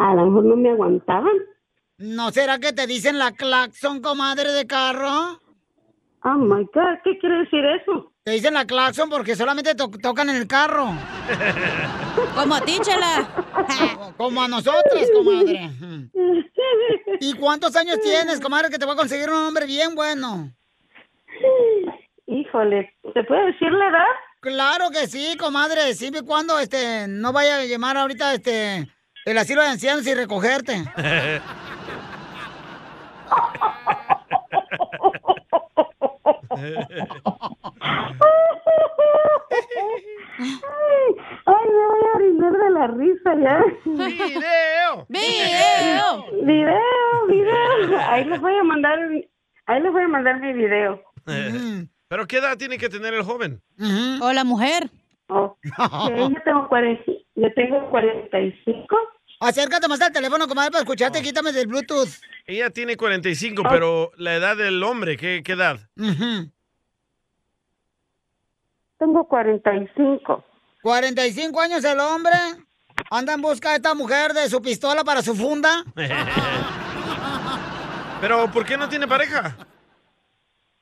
S14: A lo mejor no me aguantaban.
S2: ¿No será que te dicen la claxon, comadre de carro?
S14: Oh my God, ¿qué quiere decir eso?
S2: Te dicen la claxon porque solamente to- tocan en el carro.
S4: Como a ti, chela.
S2: Como a nosotros, comadre. ¿Y cuántos años tienes, comadre, que te va a conseguir un hombre bien bueno?
S14: Híjole, ¿te puedo decir la edad?
S2: Claro que sí, comadre. Siempre y cuando este, no vaya a llamar ahorita este, el asilo de ancianos y recogerte.
S19: Ay, me voy a brindar de la risa ya.
S9: ¡Video!
S10: ¡Video!
S19: ¡Video, video! Ahí les voy a mandar, ahí les voy a mandar mi video.
S9: ¿Pero qué edad tiene que tener el joven?
S4: O la mujer.
S13: Oh.
S19: Ok, yo tengo 40, yo tengo 45.
S2: Acércate más al teléfono, comadre, para escucharte. Quítame del Bluetooth.
S9: Ella tiene 45,
S13: Oh.
S9: pero la edad del hombre, ¿qué, qué edad?
S19: Tengo 45.
S2: 45 años el hombre. Anda en busca de esta mujer de su pistola para su funda.
S9: pero ¿por qué no tiene pareja?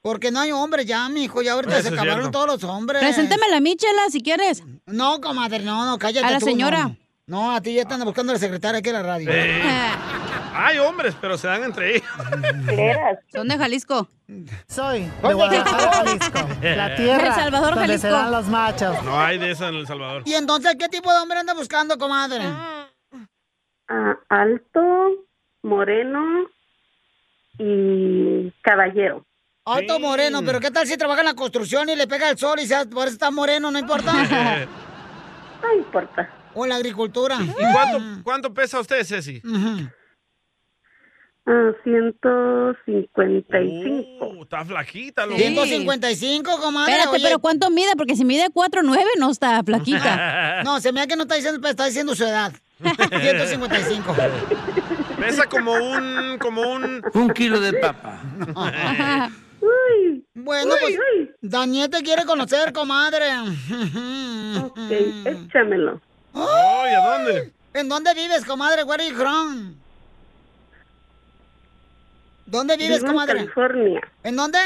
S2: Porque no hay hombres ya, mijo. Ya ahorita
S9: Eso es
S2: se acabaron
S9: cierto.
S2: todos los hombres.
S4: Preséntame la Michela si quieres.
S2: No, comadre, no, no, cállate.
S4: A la
S2: tú,
S4: señora.
S2: No. No, a ti ya te andan buscando la secretaria aquí en la radio.
S9: Eh, hay hombres, pero se dan entre ellos.
S4: Son de Jalisco.
S2: Soy de
S4: de
S2: Guadalajara,
S4: Jalisco.
S2: La tierra
S4: El Salvador,
S2: donde
S4: Jalisco.
S2: se dan los machos.
S9: No hay de eso en El Salvador.
S2: ¿Y entonces qué tipo de hombre anda buscando, comadre?
S19: Ah, alto, moreno y caballero.
S2: Alto moreno, pero ¿qué tal si trabaja en la construcción y le pega el sol y se, por eso está moreno? No importa.
S19: No importa.
S2: O en la agricultura.
S9: Eh, ¿Y cuánto, cuánto pesa usted, Ceci?
S19: Ah, 155.
S9: Uh, está flaquita, loco.
S2: 155, comadre.
S4: Espérate,
S2: oye.
S4: pero ¿cuánto mide? Porque si mide 4'9 no está flaquita.
S2: No, se me da que no está diciendo, pero está diciendo su edad. 155.
S9: Pesa como un, como un...
S2: Un kilo de papa. Bueno, pues Daniel te quiere conocer, comadre.
S19: Ok, échamelo.
S9: Ay, ¿a dónde?
S2: ¿En dónde vives, comadre? Where are you from? ¿Dónde vives,
S19: Vivo
S2: comadre?
S19: En California.
S2: ¿En dónde?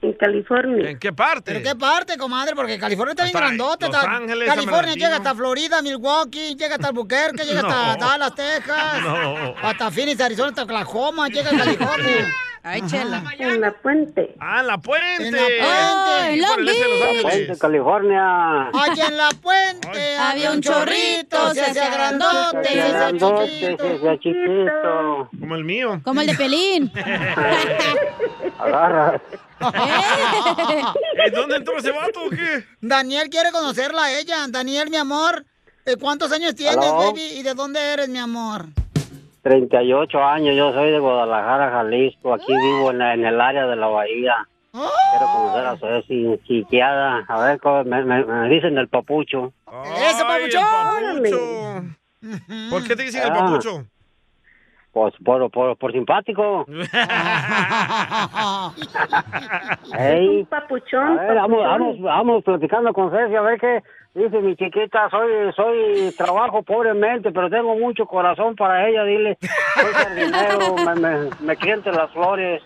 S19: En California.
S9: ¿En qué parte?
S2: ¿Pero qué parte, comadre? Porque California está bien
S19: Hasta
S2: grandote.
S19: Los
S2: está-
S19: Ángeles, San
S2: California
S19: Bernardino.
S2: llega hasta Florida, Milwaukee, llega hasta Albuquerque, llega hasta
S10: No.
S2: Dallas, Texas.
S10: No.
S2: Hasta Phoenix, Arizona, hasta Oklahoma, llega a California.
S4: Ay, chela.
S19: En la puente.
S9: Ah, en la puente.
S2: En la puente.
S10: en Long Beach.
S24: Fuente, California.
S2: Aquí en la puente había un chorrito, se hacía grandote, se hacía
S24: Grandote,
S2: chiquito.
S24: ese es chiquito.
S9: Como el mío.
S4: Como el de Pelín.
S24: Agarra.
S9: ¿Eh, ¿Dónde entró ese vato o qué?
S2: Daniel quiere conocerla a ella. Daniel, mi amor, ¿eh, ¿cuántos años tienes,
S24: Aló.
S2: baby? ¿Y de dónde eres, mi amor?
S24: 38 años, yo soy de Guadalajara, Jalisco. Aquí vivo en, la- en el área de la bahía. Quiero conocer a Ceci, chiqueada. A ver, cómo- me, me- me dicen el papucho.
S2: ¡Ese
S9: papucho! ¿Por qué te dicen el
S24: Ah.
S9: papucho?
S24: Pues por, por, por simpático. Ey.
S19: Un papuchón.
S24: A ver, vamos,
S19: papuchón.
S24: vamos, vamos platicando con Ceci, a ver qué dice mi chiquita. Soy, soy, trabajo pobremente, pero tengo mucho corazón para ella. Dile, soy jardinero, me, me, me cliente las flores.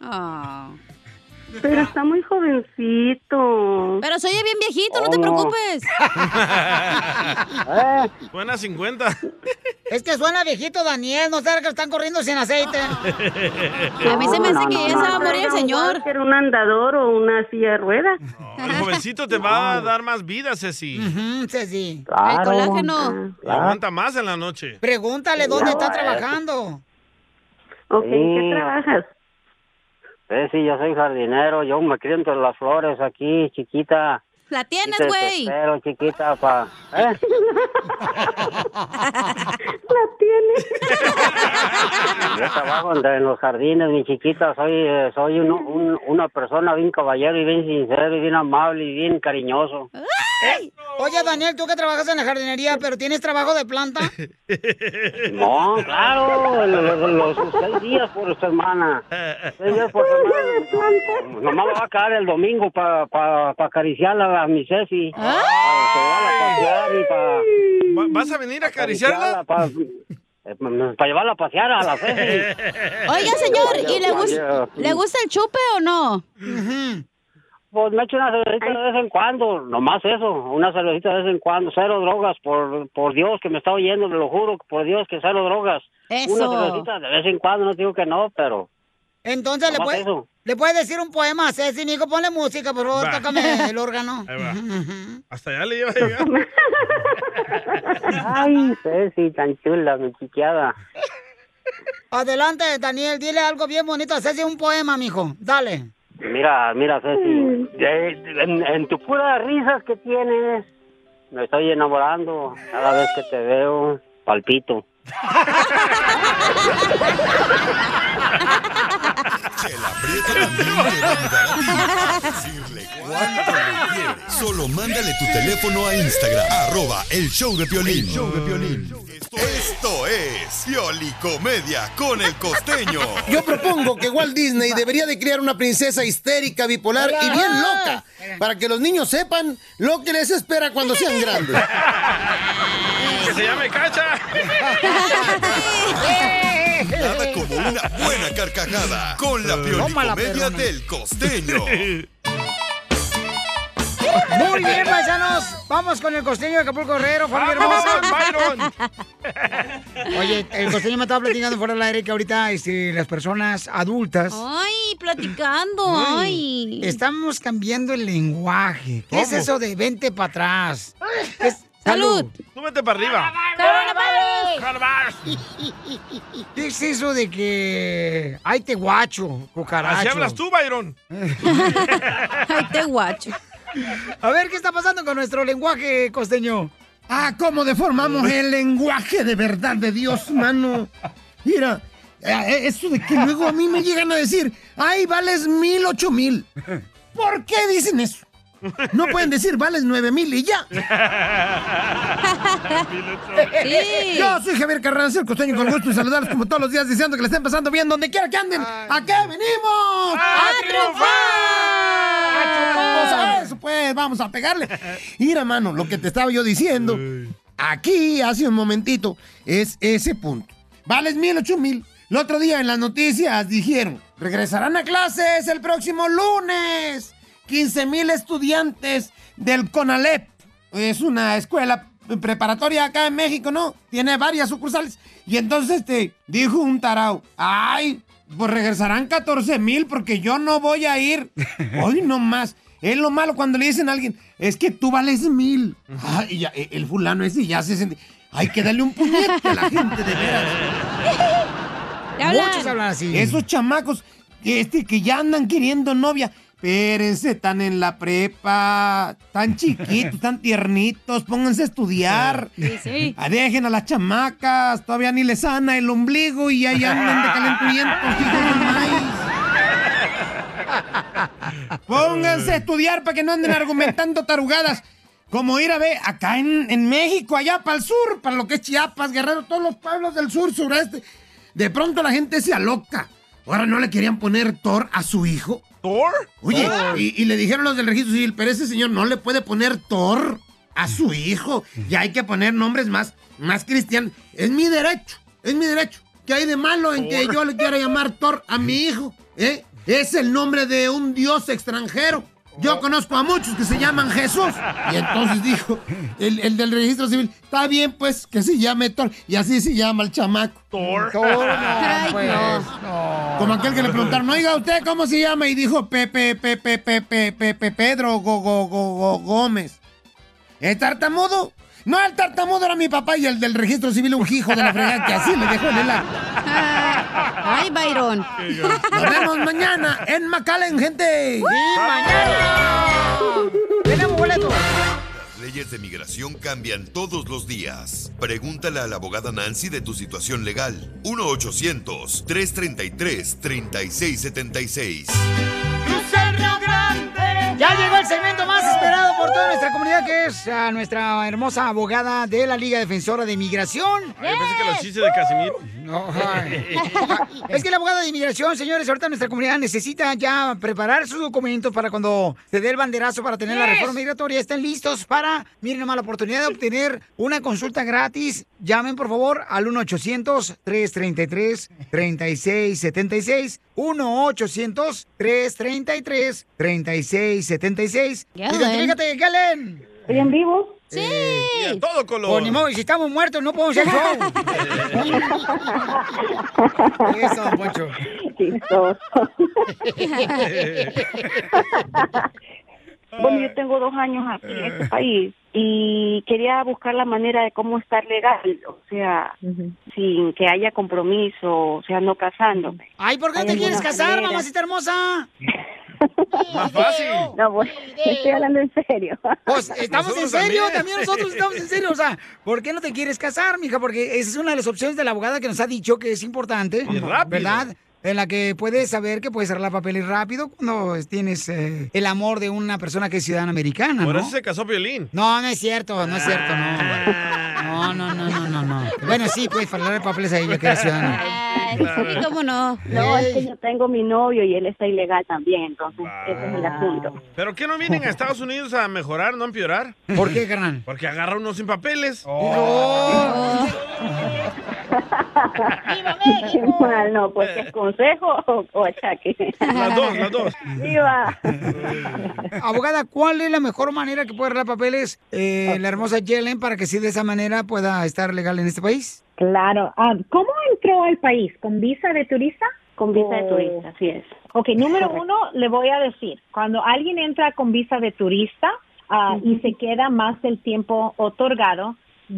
S4: Ah.
S24: Ah.
S19: Pero está muy jovencito.
S4: Pero soy bien viejito, no te
S24: Oh, no.
S4: preocupes.
S9: Buena 50.
S2: Es que suena viejito, Daniel. No sabes que lo están corriendo sin aceite.
S4: A mí se me hace
S24: No, no,
S4: que
S24: no,
S4: ya
S24: no,
S4: se va a morir el señor.
S19: Era un andador o una silla de ruedas.
S9: El jovencito te va a dar más vida, Ceci.
S2: Ceci.
S24: Claro.
S2: colágeno.
S9: Y aguanta más en la noche.
S2: Pregúntale dónde está trabajando.
S24: Ok, ¿en qué
S19: trabajas?
S24: Ceci, yo soy jardinero, yo me cliente las flores aquí, chiquita.
S4: La
S24: Aquí
S4: tienes,
S24: te- te
S4: güey.
S24: espero, chiquita, pa. ¿Eh? Yo trabajo en, en los jardines, mi chiquita, soy eh, soy un- un- una persona bien caballero y bien sincero y bien amable y bien cariñoso.
S2: Oye, Daniel, tú que trabajas en la jardinería, pero tienes trabajo de planta.
S24: No, claro, lo- lo- los, seis días por semana. Seis días por semana. Nomás me va a quedar el domingo para pa, pa acariciarla a mi Ceci.
S4: Ah.
S24: Para llevarla a pasear y para...
S9: ¿Va- ¿Vas a venir a acariciarla?
S24: Para eh, llevarla a pasear a la Ceci.
S4: Oiga, señor, ¿y le, gus- le gusta el chupe o no?
S24: Pues me echo una cervecita de vez en cuando, nomás eso, una cervecita de vez en cuando, cero drogas, por, por Dios que me está oyendo, te lo juro, por Dios que cero drogas.
S2: Eso.
S24: Una cervecita de vez en cuando, no digo que no, pero...
S2: Entonces, ¿le
S24: Nomás
S2: puedes,
S24: eso.
S2: ¿le puedes decir un poema a Ceci, Nico? Ponle música, por favor,
S9: Va.
S2: tócame el órgano.
S9: Ahí va. Hasta allá le lleva a llegar.
S24: Ay, Ceci, tan chula, mi chiqueada.
S2: Adelante, Daniel, dile algo bien bonito. Hacese un poema, mijo. Dale.
S24: Mira, mira, Ceci, eh, en, en tu pura risas que tienes, me estoy enamorando cada vez que te veo, palpito.
S6: Solo mándale tu teléfono a Instagram. Arroba el show de Piolín. Esto es Pioli Comedia con el costeño.
S3: Yo propongo que Walt Disney debería de crear una princesa histérica, bipolar y bien loca para que los niños sepan lo que les espera cuando sean grandes.
S9: Que se llame Cacha.
S6: Nada como una buena carcajada con la Pioli Comedia del costeño.
S2: Muy bien, paisanos. Vamos con el costeño de Acapulco Herrero, familia hermosa. Oye, el costeño me estaba platicando fuera del aire que ahorita este, las personas adultas
S4: Ay, platicando, ay.
S2: Ay, Estamos cambiando el lenguaje. ¿Qué es
S4: ¿Cómo?
S2: eso de vente para atrás? Es-
S9: Salud. Súbete para arriba.
S2: ¿Qué es eso de que ay te guacho, cucaracho?
S9: Así hablas tú, Byron.
S2: ay te guacho. A ver, ¿qué está pasando con nuestro lenguaje costeño?
S16: Ah, cómo deformamos el lenguaje de verdad de Dios, mano. Mira, eh, eso de que luego a mí me llegan a decir, ay, vales mil, ocho mil. ¿Por qué dicen eso? No pueden decir, vales nueve mil y ya. Yo soy Javier Carranza, el costeño, con gusto de saludarlos como todos los días, deseando que le estén pasando bien donde quiera que anden. ¿A qué venimos?
S10: ¡A
S16: triunfar! ¡A triunfar! Eso pues, vamos a pegarle. Mira, mano, lo que te estaba yo diciendo, aquí hace un momentito, es ese punto. Vales mil, ocho mil. El otro día en las noticias dijeron, regresarán a clases el próximo lunes. 15 mil estudiantes del CONALEP. Es una escuela preparatoria acá en México, ¿no? Tiene varias sucursales. Y entonces este, dijo un tarao, ay, pues regresarán 14 mil porque yo no voy a ir. Hoy no más. Es lo malo cuando le dicen a alguien, es que tú vales mil. Ah, y ya, e- el fulano ese ya se siente, hay que darle un puñete a la gente de veras. Muchos hablan así. Esos chamacos este, que ya andan queriendo novia. Espérense, están en la prepa, tan chiquitos, tan tiernitos, pónganse a estudiar. Ah, Dejen a las chamacas, todavía ni les sana el ombligo y ahí andan de calenturientos, hijos de maíz. Pónganse a estudiar para que no anden argumentando tarugadas. Como ir a ver, acá en, en México, allá para el sur, para lo que es Chiapas, Guerrero, todos los pueblos del sur, sureste. De pronto la gente se aloca. Ahora no le querían poner Thor a su hijo.
S9: ¿Thor?
S16: Oye,
S9: Thor.
S16: y, y le dijeron los del registro civil, pero ese señor no le puede poner Thor a su hijo. Y hay que poner nombres más, más cristianos. Es mi derecho, es mi derecho. ¿Qué hay de malo en que yo le quiera llamar Thor a mi hijo? ¿Eh? Es el nombre de un dios extranjero. Yo
S9: Oh.
S16: conozco a muchos que se llaman Jesús. Y entonces dijo el, el del registro civil, está bien pues que se llame Thor. Y así se llama el chamaco. Thor.
S10: Ay,
S16: pues,
S10: no.
S16: Como aquel que le preguntaron, oiga, ¿usted cómo se llama? Y dijo, Pepe, Pepe, Pepe, Pepe, Pedro Go, Go, Go, Go- Gómez. ¿El tartamudo? No, el tartamudo era mi papá y el del registro civil un hijo de la fregada que así le dejó en el acta.
S4: Ay, Byron.
S16: Nos vemos mañana en McAllen, gente. mañana!
S2: ¡Tenemos boleto!
S6: Leyes de migración cambian todos los días. Pregúntale a la abogada Nancy de tu situación legal. 1-800-333-3676.
S2: Ya llegó el segmento más esperado por toda nuestra comunidad, que es a nuestra hermosa abogada de la Liga Defensora de Inmigración.
S9: Yo pensé que los chistes de Casimiro.
S2: No, Es que la abogada de inmigración, señores, ahorita nuestra comunidad necesita ya preparar sus documentos para cuando se dé el banderazo para tener la
S10: Yes.
S2: reforma migratoria. Estén listos para, miren nomás, la oportunidad de obtener una consulta gratis. Llamen, por favor, al 1-800-333-3676. 1-800-333-3676. Identifícate, Galen.
S19: ¿Estoy en vivo?
S4: Sí.
S9: todo color.
S2: ni modo, y si estamos muertos, no podemos hacer show. Eso, pues. don Poncho.
S19: bueno, yo tengo dos años aquí en este país y quería buscar la manera de cómo estar legal, o sea, sin que haya compromiso, o sea, no casándome.
S2: Ay, ¿por qué no te quieres casar, mamacita hermosa?
S19: Más
S9: Ah,
S19: fácil. No, pues, estoy hablando en serio.
S2: Pues Estamos en serio, también. nosotros estamos en serio. O sea, ¿por qué no te quieres casar, mija? Porque esa es una de las opciones de la abogada que nos ha dicho que es importante.
S10: rápido.
S2: ¿Verdad? En la que puedes saber que puedes cerrar papeles rápido cuando tienes eh, el amor de una persona que es ciudadana americana.
S9: Por
S2: ¿no?
S9: eso se casó Piolín.
S2: No, no es cierto, no es cierto, no. No, no, no, no, no, no. Bueno, sí, puedes faltar papeles a ella que era ciudadana.
S4: Ay,
S19: Claro.
S4: sí, cómo no.
S19: No, es que yo tengo mi novio y él está ilegal también, entonces ese es el asunto.
S9: ¿Pero qué no vienen a Estados Unidos a mejorar, no a empeorar?
S2: ¿Por qué, carnal? Oh.
S9: Porque agarra uno sin papeles.
S19: Qué mal, no, pues es consejo o, o ataque.
S9: Las dos, las dos.
S19: Viva.
S2: Abogada, ¿cuál es la mejor manera que puede arreglar papeles eh, la hermosa Yellen para que sí de esa manera pueda estar legal en este país?
S25: Claro. Ah, ¿Cómo entró al país? ¿Con visa de turista?
S19: Con visa de turista, así es.
S25: Ok, número
S19: Correcto.
S25: uno, le voy a decir, cuando alguien entra con visa de turista ah, y se queda más del tiempo otorgado,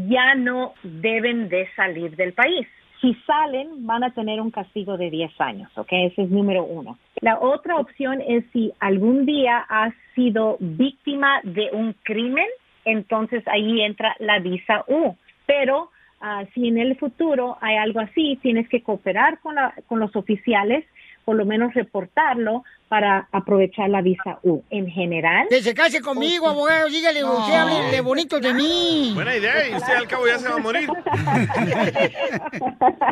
S25: ya no deben de salir del país. Si salen, van a tener un castigo de 10 años, ¿ok? Ese es número uno. La otra opción es si algún día has sido víctima de un crimen, entonces ahí entra la visa U. Pero ah, si en el futuro hay algo así, tienes que cooperar con, la- con los oficiales, por lo menos reportarlo para aprovechar la visa U. En general... pues,
S2: Que se case conmigo, abogado, dígale, usted hable bonito de mí.
S9: Buena idea, y usted al cabo ya se va a morir.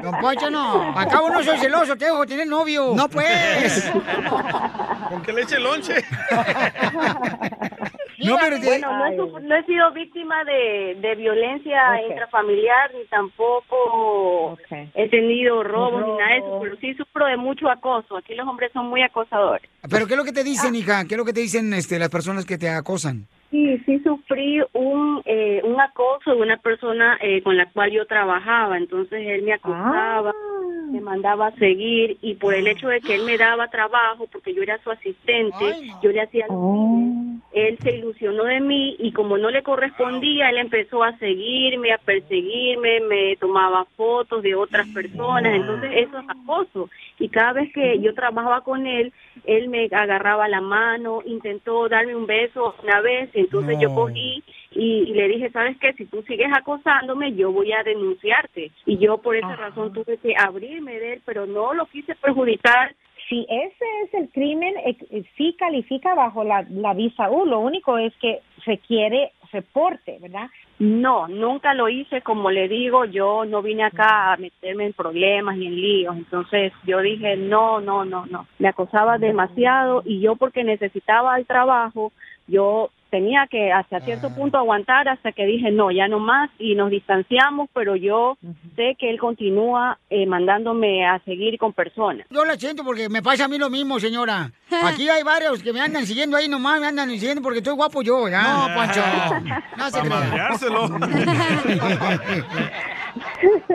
S2: Don Poncho, no. Acabo no soy celoso, tengo que tener novio. No, pues.
S9: ¿Con qué le eche el lonche?
S2: No, pero te-
S19: bueno, no he, suf- no he sido víctima de, de violencia intrafamiliar ni tampoco he tenido robos ni nada de eso, pero sí sufro de mucho acoso. Aquí los hombres son muy acosadores.
S2: Pero ¿qué es lo que te dicen, hija? ¿Qué es lo que te dicen este, las personas que te acosan?
S19: Sí, sí sufrí un, eh, un acoso de una persona eh, con la cual yo trabajaba, entonces él me acosaba, me mandaba a seguir y por el hecho de que él me daba trabajo, porque yo era su asistente, yo le hacía... los
S8: Oh.
S19: fines, Él se ilusionó de mí y como no le correspondía, él empezó a seguirme, a perseguirme, me tomaba fotos de otras personas, entonces eso es acoso. Y cada vez que yo trabajaba con él, él me agarraba la mano, intentó darme un beso una vez, y entonces yo
S18: No.
S19: cogí y, y le dije, ¿sabes qué? Si tú sigues acosándome, yo voy a denunciarte. Y yo por esa razón tuve que abrirme de él, pero no lo quise perjudicar.
S25: Si ese es el crimen, eh, eh, sí califica bajo la, la visa U. Lo único es que requiere reporte, ¿verdad?
S19: No, nunca lo hice, como le digo, yo no vine acá a meterme en problemas ni en líos, entonces yo dije, no, no, no, no. Me acosaba demasiado y yo porque necesitaba el trabajo, yo tenía que hasta cierto punto aguantar hasta que dije, no, ya no más y nos distanciamos, pero yo sé que él continúa eh, mandándome a seguir con personas.
S2: Yo la siento porque me pasa a mí lo mismo, señora. Aquí hay varios que me andan siguiendo ahí nomás, me andan siguiendo porque estoy guapo yo, ¿ya? No, Pancho. No se
S10: Para
S2: crea.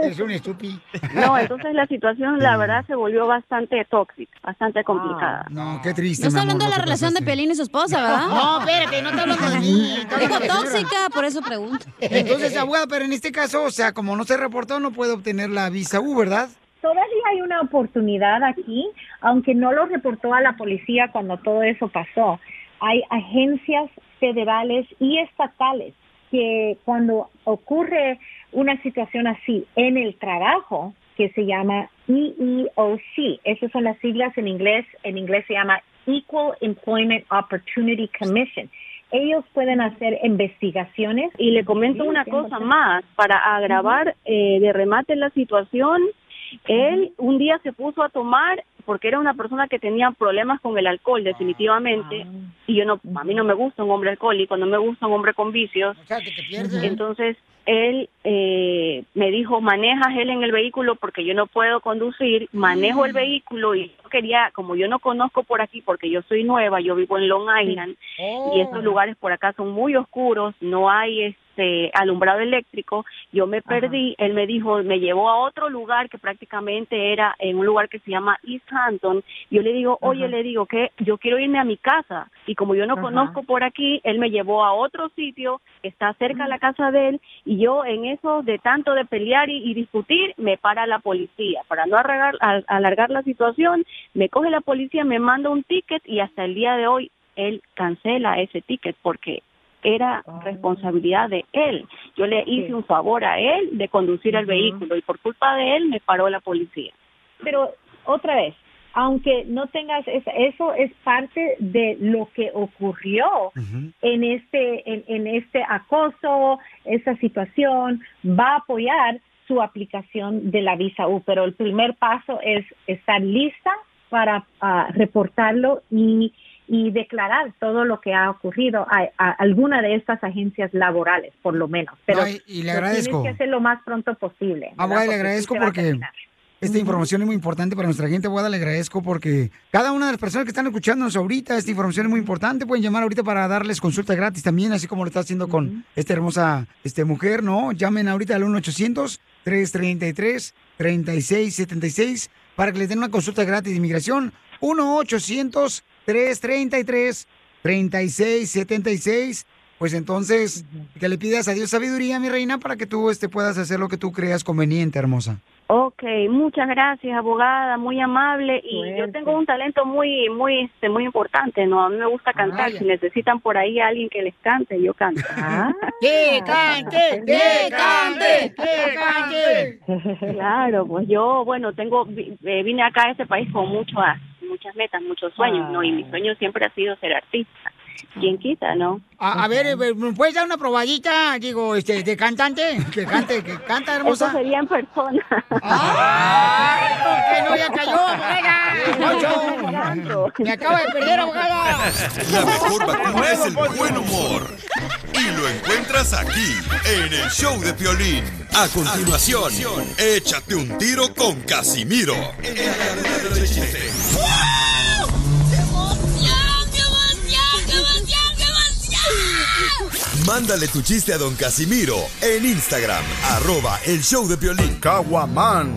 S2: Es un estúpido.
S19: No, entonces la situación la verdad se volvió bastante tóxica, bastante complicada.
S2: No, qué triste.
S4: No está hablando de la relación de Pelín y su esposa, ¿verdad?
S2: No, espérate, no está hablando de mí. está hablando
S4: Dijo
S2: de la señora.
S4: tóxica, por eso pregunto.
S2: Entonces, abogada, pero en este caso, o sea, como no se reportó, no puede obtener la visa U, ¿verdad?
S25: todavía hay una oportunidad aquí, aunque no lo reportó a la policía cuando todo eso pasó. Hay agencias federales y estatales que cuando ocurre una situación así en el trabajo, que se llama E EEOC, esas son las siglas en inglés, en inglés se llama Equal Employment Opportunity Commission. Ellos pueden hacer investigaciones.
S19: Y le comento
S25: Sí,
S19: una
S25: 100%.
S19: cosa más, para agravar eh, de remate la situación, él un día se puso a tomar porque era una persona que tenía problemas con el alcohol definitivamente y yo no a mí no me gusta un hombre alcohólico, no me gusta un hombre con vicios. Entonces él eh, me dijo, manejas él en el vehículo porque yo no puedo conducir, manejo el
S20: Mm.
S19: vehículo y yo quería, como yo no conozco por aquí porque yo
S2: Oh.
S10: Oh.
S19: soy nueva, yo vivo en Long Island, y estos lugares por acá son muy oscuros, no hay este alumbrado eléctrico, yo me perdí, él me dijo, me llevó a otro lugar que prácticamente era en un lugar que se llama East Hampton, yo le digo, oye, le digo que yo quiero irme a mi casa y como yo no
S12: Ajá.
S19: conozco por aquí, él me llevó a otro sitio, que está cerca de la casa de él y yo en eso de tanto de pelear y, y discutir, me para la policía, para no arregar- al- alargar la situación, me coge la policía, me manda un ticket y hasta el día de hoy él cancela ese ticket porque era responsabilidad de él. Yo le hice un favor a él de conducir el
S25: Ujú.
S19: vehículo y por culpa de él me paró la policía.
S25: Pero otra vez, aunque no tengas esa- eso es parte de lo que ocurrió en este en, en este acoso, esta situación va a apoyar su aplicación de la visa U, pero el primer paso es estar lista para ah, reportarlo y y declarar todo lo que ha ocurrido a, a alguna de estas agencias laborales, por lo menos. Pero
S2: No, y- y
S25: lo
S2: le agradezco.
S25: Tienes que hacer lo más pronto posible. ¿verdad?
S2: Abogada,
S25: Porque
S2: le
S25: sí
S2: agradezco
S25: se va a
S2: porque
S25: terminar.
S2: esta información es muy importante para nuestra gente. Abogada, le agradezco porque cada una de las personas que están escuchándonos ahorita, esta información es muy importante. Pueden llamar ahorita para darles consulta gratis también, así como lo está haciendo con esta hermosa este, mujer, ¿no? Llamen ahorita al 1-800-333-3676 para que les den una consulta gratis de inmigración. 1-800-333-3676 pues entonces, que le pidas a Dios sabiduría, mi reina, para que tú este, puedas hacer lo que tú creas conveniente, hermosa.
S19: Ok, muchas gracias, abogada, muy amable. Y yo tengo un talento muy, muy, este, muy importante, ¿no? A mí me gusta
S10: Ah,
S19: cantar. Si necesitan por ahí a alguien que les cante, yo canto.
S10: Ah,
S19: Ah,
S10: ¡Que cante! ¡Que cante! ¡Que cante!
S19: Claro, pues yo, bueno, tengo, vi- eh, vine acá a este país con mucho, a- muchas metas, muchos sueños, ¿no? Y mi sueño siempre ha sido ser artista. ¿Quién quita, no?
S2: A, a ver, eh, ¿me puedes dar una probadita, digo, este, de cantante? Que cante, que canta, hermosa.
S19: Eso sería en persona.
S2: ¡Ay, no, ya cayó, abogada! ¡Ocho! ¡Me acaba de perder, abogada!
S6: La mejor vacuna es el buen humor. Y lo encuentras aquí, en el show de Piolín. A continuación, échate un tiro con Casimiro. Mándale tu chiste a don Casimiro en Instagram, arroba el show de Piolín. Caguaman.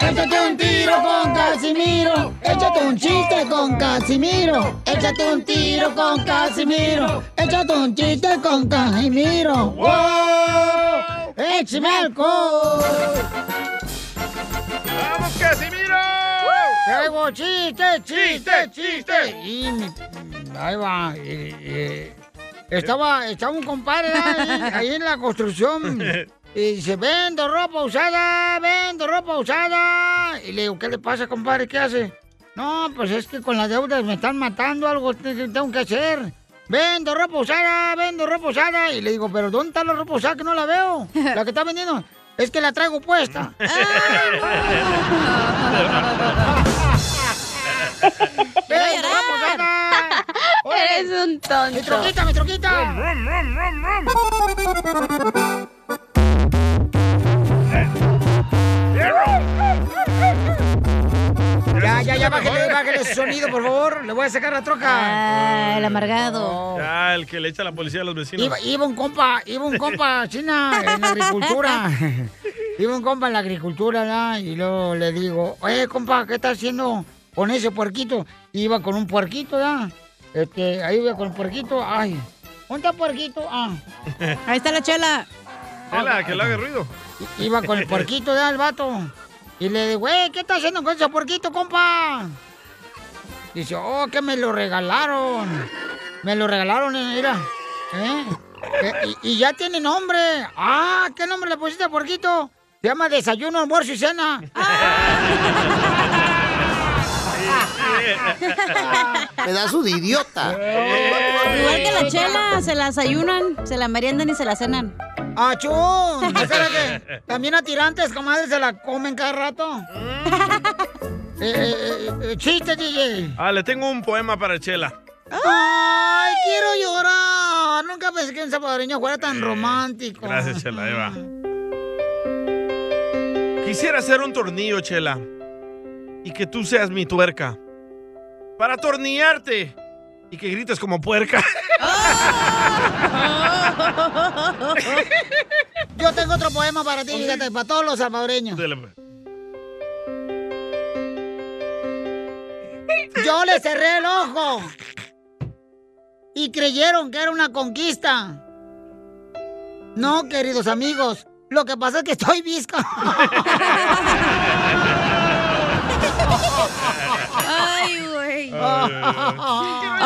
S2: Échate un tiro con Casimiro. Échate un chiste con Casimiro. Échate un tiro con Casimiro. Échate un chiste con Casimiro. ¡Wow! ¡Échame alcohol! ¡Vamos, Casimiro! ¡Tengo chiste, chiste, chiste! Y mi- ahí va. eh, eh, Estaba, estaba un compadre ahí, ahí en la construcción. Y dice, vendo ropa usada, vendo ropa usada. Y le digo, ¿qué le pasa, compadre? ¿Qué hace? No, pues es que con las deudas me están matando, algo te- te- tengo que hacer. Vendo ropa usada, vendo ropa usada. Y le digo, ¿pero dónde está la ropa usada que no la veo? La que está vendiendo. Es que la traigo puesta. ¡Vendo ropa usada!
S10: Eres un tonto.
S2: ¡Mi troquita, mi troquita!
S4: Ah.
S2: Ya, ya, ya, bájale, bájale ese sonido, por favor. Le voy a sacar la troca.
S4: Ah, el amargado.
S9: Ya, el que le echa la policía a los vecinos.
S2: Iba, iba un compa, iba un compa china en la agricultura. iba un compa en la agricultura, ¿verdad? Y luego le digo, oye, compa, ¿qué estás haciendo con ese puerquito? Iba con un puerquito, ¿verdad? Este, ahí iba con el puerquito, ay. ¿Dónde está el puerquito? Ah. Ahí está la chela.
S9: Chela, que le haga ruido.
S2: Iba con el puerquito, ¿verdad? El vato. Y le digo, "Ey, ¿qué estás haciendo con ese puerquito, compa? Dice, oh, que me lo regalaron. Me lo regalaron, eh, mira. ¿Eh? Eh, Y, y ya tiene nombre. Ah, ¿qué nombre le pusiste al puerquito? Se llama Desayuno, Almuerzo y Cena.
S3: Pedazo de idiota.
S4: Igual que la chela, se las ayunan, se la meriendan y se la cenan.
S2: ¡Achú! Espérate. También a tirantes, comadre, se la comen cada rato. Eh, eh, eh, chiste, DJ.
S9: Ah, le tengo un poema para Chela.
S2: ¡Ay, Eh, quiero llorar! Nunca pensé que un salvadoreño fuera tan romántico.
S9: Gracias, Chela, ahí va. Quisiera hacer un tornillo, Chela, y que tú seas mi tuerca. Para tornearte Y que grites como puerca.
S2: Yo tengo otro poema para ti, fíjate, para todos los salvadoreños. Yo le cerré el ojo. Y creyeron que era una conquista. No, queridos amigos. Lo que pasa es que estoy visca.
S4: Ay, güey.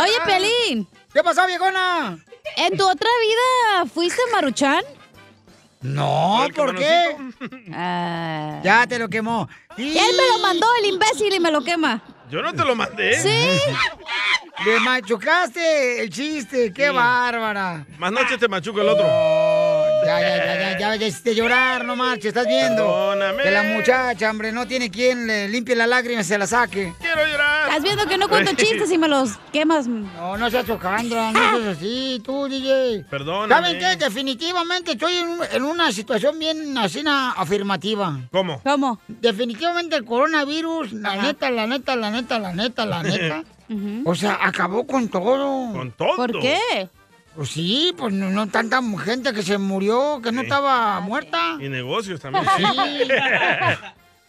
S4: Oye, Pelín.
S2: ¿Qué pasó, viejona?
S4: ¿En tu otra vida fuiste maruchán?
S2: No, ¿por qué? Ya te lo quemó.
S4: Y Ah. él me lo mandó, el imbécil, y me lo quema.
S9: Yo no te lo mandé.
S4: Sí.
S2: Le machucaste el chiste, qué bárbara.
S9: Más noche te machuco el otro.
S2: Ya, ya, ya, ya, ya, ya hiciste llorar, no marches, estás viendo.
S9: Perdóname.
S2: Que la muchacha, hombre, no tiene quien le limpie las lágrimas y se la saque.
S9: Quiero llorar.
S4: Estás viendo que no cuento chistes y me los quemas.
S2: No, no seas chocandra, no seas así, tú, DJ.
S9: Perdóname.
S2: ¿Saben qué? Definitivamente estoy en, un- en una situación bien así na- afirmativa.
S9: ¿Cómo?
S4: ¿Cómo?
S2: Definitivamente el coronavirus, la neta, la neta, la neta, la neta, la neta. O sea, acabó con todo.
S9: ¿Con todo?
S4: ¿Por qué?
S2: Pues sí, pues no, no tanta mu- gente que se murió, que no estaba muerta.
S9: Y negocios también.
S2: Sí.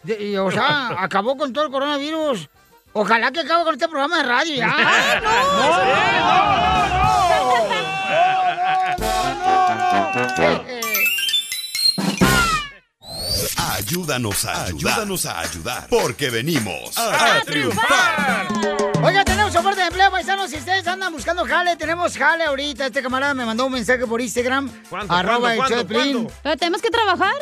S2: De- y, o sea, acabó con todo el coronavirus. Ojalá que acabe con este programa de radio ya.
S6: Ayúdanos a ayudar. Ayúdanos a ayudar. Porque venimos a, triunfar.
S2: Oiga, tenemos oferta de empleo, paisanos. Si ustedes andan buscando jale, tenemos jale ahorita. Este camarada me mandó un mensaje por Instagram.
S4: ¿Cuánto,
S2: arroba
S4: cuánto,
S2: el show de
S4: cuánto,
S2: Piolín.
S4: ¿Pero tenemos que trabajar?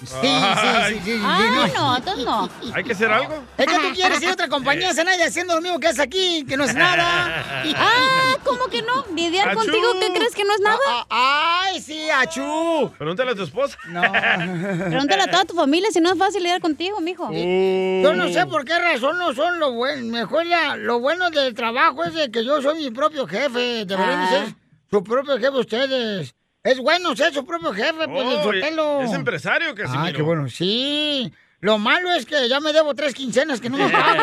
S2: Sí, sí, Eh, sí, sí, sí.
S4: Ah, no, entonces no.
S9: ¿Hay que hacer algo?
S2: Es que tú quieres ir a otra compañía, se nadie haciendo lo mismo que haces aquí, que no es nada.
S4: Ah, ¿cómo que no? Lidiar
S9: Achú.
S4: contigo, ¿qué crees que no es nada?
S2: Ah, ¡Ay, sí, achú!
S9: Pregúntale a tu esposa.
S2: No. ah.
S4: Pregúntale a toda tu familia si no es fácil lidiar contigo, mijo.
S2: Yo no sé por qué razón no son lo bueno. Mejor la- lo bueno del trabajo es de que yo soy mi propio jefe. Deberían
S4: Ah.
S2: ser su propio jefe ustedes. Es bueno ser su propio jefe, pues,
S9: Oh,
S2: Don Sotelo.
S9: es empresario, Casimiro.
S2: Ah, qué bueno. Sí. Lo malo es que ya me debo tres quincenas que no me pago.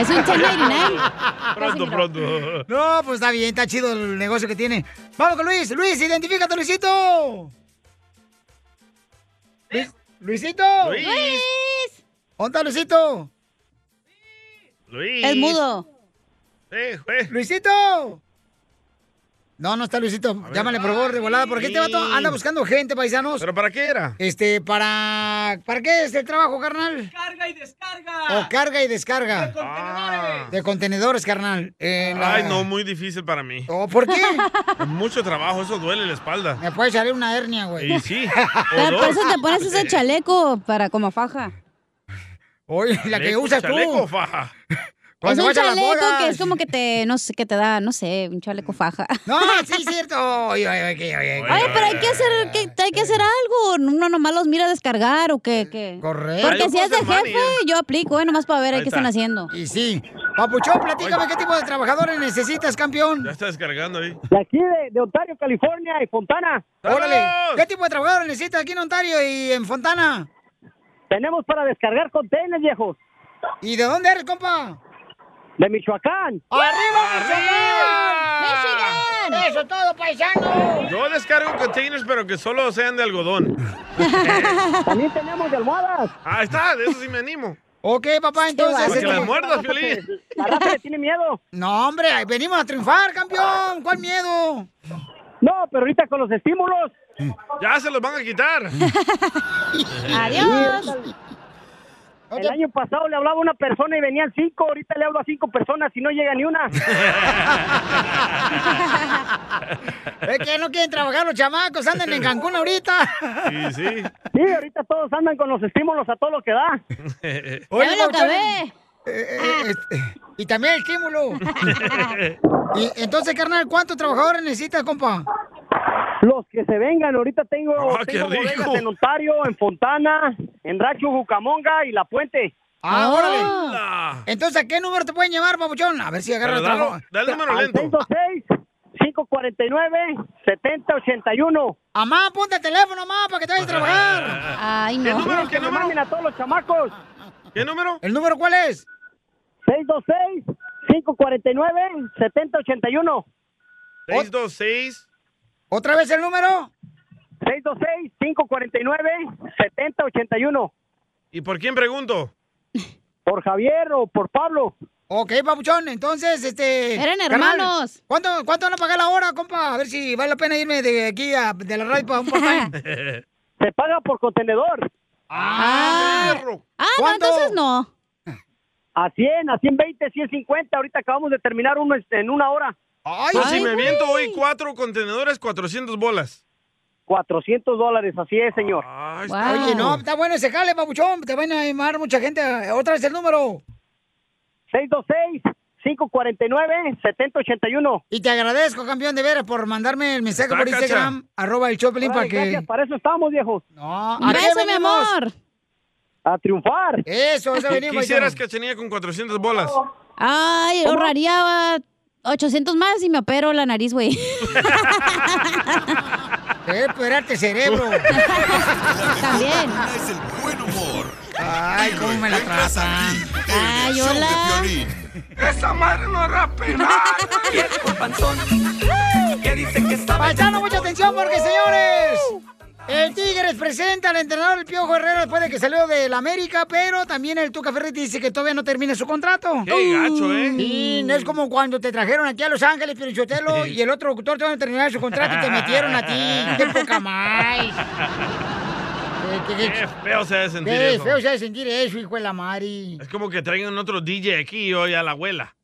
S4: Es un 1099.
S9: Pronto, pronto.
S2: No, pues está bien, está chido el negocio que tiene. Vamos con Luis. Luis, identifícate, Luisito. Luis- Luisito.
S9: Luis.
S2: ¿Dónde está Luisito?
S9: Luis.
S2: Es mudo.
S9: Eh, güey.
S2: ¡Luisito! No, no está Luisito. Llámale, por favor, de volada, porque este vato anda buscando gente, paisanos.
S9: ¿Pero para qué era?
S2: Este, para... ¿Para qué es el trabajo, carnal?
S10: Carga y descarga.
S2: O carga y descarga. De contenedores, carnal. Eh, la-
S9: Ah. Ay, no, muy difícil para mí.
S2: Oh, ¿Por qué?
S9: Mucho trabajo, eso duele la espalda.
S2: Me puede salir una hernia, güey.
S9: Y sí. O
S4: Pero
S9: dos.
S4: Ah, por eso te pones ese chaleco para como faja.
S2: Oye, la que
S9: Chaleco,
S2: usas tú.
S9: chaleco, faja.
S4: Es
S2: Cuando
S4: un
S2: vas a las
S4: chaleco que
S2: bodas.
S4: es como que te, no sé, que te da, no sé, un chaleco faja.
S2: No, sí, es cierto. Oye, oye, oye, oye,
S4: Oye, pero hay que hacer, que, hay que hacer algo. Uno nomás los mira descargar o qué, qué.
S2: Correcto.
S4: Porque si es de jefe, yo aplico, eh, nomás para ver ahí qué están haciendo.
S2: Y sí. Papuchón, platícame qué tipo de trabajadores necesitas, campeón.
S9: Ya está descargando ahí.
S24: De aquí, de, de Ontario, California y Fontana.
S2: Órale. ¿Qué tipo de trabajadores necesitas aquí en Ontario y en Fontana?
S24: Tenemos para descargar containers, viejos.
S2: ¿Y de dónde eres, compa?
S24: De Michoacán.
S2: ¡Arriba, Michoacán! ¡Michigan! ¡Eso es todo, paisano!
S9: Yo descargo containers, pero que solo sean de algodón.
S24: También tenemos de almohadas.
S9: Ahí está, de eso sí me animo.
S2: Ok, papá, entonces...
S9: Para que
S2: este-
S9: las muerdas, Piolín.
S24: La raza le tiene miedo.
S2: No, hombre, venimos a triunfar, campeón. ¿Cuál miedo?
S24: No, pero ahorita con los estímulos.
S9: Ya se los van a quitar.
S4: Adiós.
S24: El año pasado le hablaba a una persona y venían cinco. Ahorita le hablo a cinco personas y no llega ni una.
S2: Es que no quieren trabajar los chamacos, andan en Cancún ahorita.
S9: Sí, sí.
S24: Sí, ahorita todos andan con los estímulos a todo lo que da.
S2: Oye,
S4: lo
S2: Papuchón,
S4: acabé.
S2: eh,
S24: Ah.
S2: eh, este, y también el estímulo. y, entonces, carnal, ¿cuántos trabajadores necesitas, compa?
S24: Los que se vengan, ahorita tengo,
S9: Ah,
S24: tengo
S9: qué rico.
S24: bodegas en Ontario, en Fontana, en Racho, Bucamonga y La Puente.
S2: Ah,
S24: Ah.
S2: órale. Entonces, ¿a qué número te pueden llevar, papuchón? A ver si agarra el
S9: Pero dalo-
S2: trabajo.
S9: dale el número
S24: Al
S9: lento.
S24: 626-549-7081.
S2: Amá, ponte el teléfono, mamá, para que te vayas a trabajar.
S4: Ay,
S9: ¿Qué
S4: no.
S9: número? ¿Qué
S24: Que me
S9: número?
S24: manden a todos los chamacos.
S9: ¿Qué número?
S2: ¿El número cuál es?
S24: 549-7081.
S9: 626.
S2: ¿Otra vez el número?
S24: 626-549-7081.
S9: ¿Y por quién pregunto?
S24: ¿Por Javier o por Pablo?
S2: Ok, papuchón, entonces, este...
S4: Eran
S2: carnal,
S4: hermanos.
S2: ¿cuánto, ¿Cuánto van a pagar la hora, compa? A ver si vale la pena irme de aquí a, de la radio para un part-time.
S24: Se paga por contenedor.
S4: Ah, ah no,
S24: ¿Cuánto?
S4: entonces no.
S24: A 100, a 120, 150. Ahorita acabamos de terminar uno este, en una hora.
S9: Ay, Pues si me viento hoy cuatro contenedores, 400 bolas. Ah,
S24: 400 dólares, así es, señor.
S2: Oye, no, está bueno ese jale, papuchón. Te van a llamar mucha gente. Otra vez el número.
S24: 626-549-7081.
S2: Y te agradezco, campeón, de veras, por mandarme el mensaje
S24: Está,
S2: por
S24: cacha.
S2: Instagram, arroba el Choplin, para
S24: Órale,
S2: que...
S24: gracias, para eso estamos, viejos.
S2: No,
S24: Un beso, mi amor. A triunfar.
S2: Eso,
S9: ¿Y ¿Qué hicieras, Cachanilla, con 400 bolas?
S4: Ay,
S9: ¿Cómo?
S4: ahorraría ah, 800 más y me opero la nariz, güey.
S2: Espérate, cerebro.
S4: También.
S6: Es el buen humor.
S2: Ay, cómo me la tratan.
S6: Ay, hola.
S10: Esa madre no rape nada. Y el panzón que dice que está...
S2: Paisano, mucha atención porque, señores, el Tigres presenta al entrenador del Piojo Herrera después de que salió de la América, pero también el Tuca Ferretti dice que todavía no termina su contrato.
S10: Qué gacho, ¿eh?
S2: Sí, no es como cuando te trajeron aquí a Los Ángeles, Pirichotelo, y el otro locutor te van a terminar su contrato y te metieron a ti. ¡Qué poca más! qué,
S9: feo se ha de sentir
S2: Qué
S9: eso.
S2: feo se ha de sentir eso, hijo de la Mari.
S9: Es como que traigan otro DJ aquí hoy a la abuela.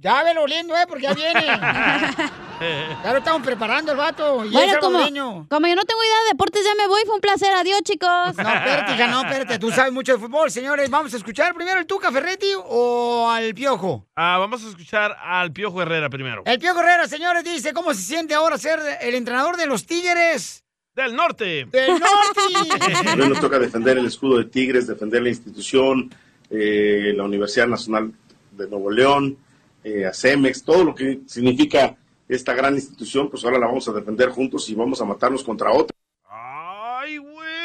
S2: Ya velo oliendo, ¿eh? Porque ya viene. ya lo estamos preparando el vato. Y
S4: Bueno,
S2: es
S4: como,
S2: salvadoreño.
S4: como yo no tengo idea de deportes, ya me voy. Fue un placer. Adiós, chicos.
S2: No, espérate, hija, no, espérate. Tú sabes mucho de fútbol, señores. Vamos a escuchar primero el Tuca Ferretti o al Piojo.
S9: Ah, vamos a escuchar al Piojo Herrera primero.
S2: El Piojo Herrera, señores, dice cómo se siente ahora ser el entrenador de los Tigres.
S9: Del norte.
S2: Del
S1: Pero hoy nos
S2: norte.
S1: toca defender el escudo de Tigres, defender la institución, eh, la Universidad Nacional de Nuevo León, eh, a CEMEX, todo lo que significa esta gran institución, pues ahora la vamos a defender juntos y vamos a matarnos contra otra.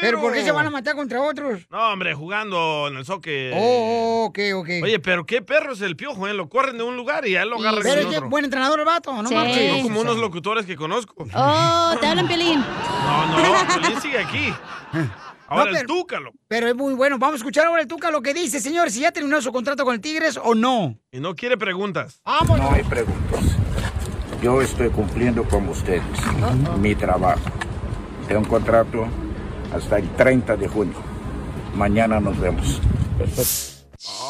S2: Pero ¿por qué se van a matar contra otros?
S9: No, hombre, jugando en el soque.
S2: Oh, oh, ok, ok.
S9: Oye, pero qué perro es el Piojo, ¿eh? Lo corren de un lugar y ya lo agarran
S2: Pero
S9: en
S2: es que
S9: otro.
S2: buen entrenador el vato, ¿no?
S9: No
S2: marches.
S9: marches, no como unos locutores que conozco.
S4: Oh, te hablan, Piolín.
S9: No, no, Piolín sigue aquí. Ahora
S2: No,
S9: el
S2: pero-
S9: Túcalo.
S2: Pero es muy bueno. Vamos a escuchar ahora el Tuca lo que dice, señor, si ya terminó su contrato con el Tigres o no.
S9: Y no quiere preguntas.
S2: Vamos.
S18: No hay preguntas. Yo estoy cumpliendo con ustedes mi trabajo. Tengo un contrato hasta el 30 de junio. Mañana nos vemos.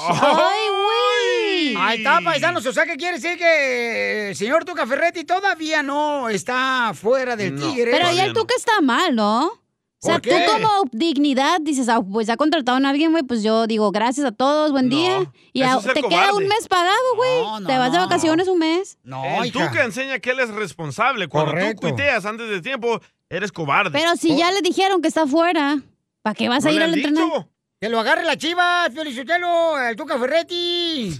S2: ¡Ay, güey! Ahí está, paisanos. O sea, que quiere decir que el señor Tuca Ferretti todavía no está fuera del Tigre.
S4: Pero ya el Tuca está mal, ¿no? O sea,
S2: ¿Por qué?
S4: tú como dignidad dices, ah, pues ha contratado a alguien, güey, pues yo digo, gracias a todos, buen día. Y
S9: eso
S4: ah,
S9: es ser
S4: te queda
S9: cobarde.
S4: un mes pagado, güey. te vas de
S9: no.
S4: vacaciones un mes.
S9: el
S4: hija.
S9: Tuca enseña que él es responsable. Cuando tú cuiteas antes de tiempo, eres cobarde.
S2: Pues,
S4: Pero si ya le dijeron que está fuera, ¿para qué vas
S9: ¿No
S4: a
S9: le
S4: ir
S9: han
S4: al
S9: dicho?
S4: entrenador?
S2: Que lo agarre la chiva, Felicitelo, al Tuca Ferretti.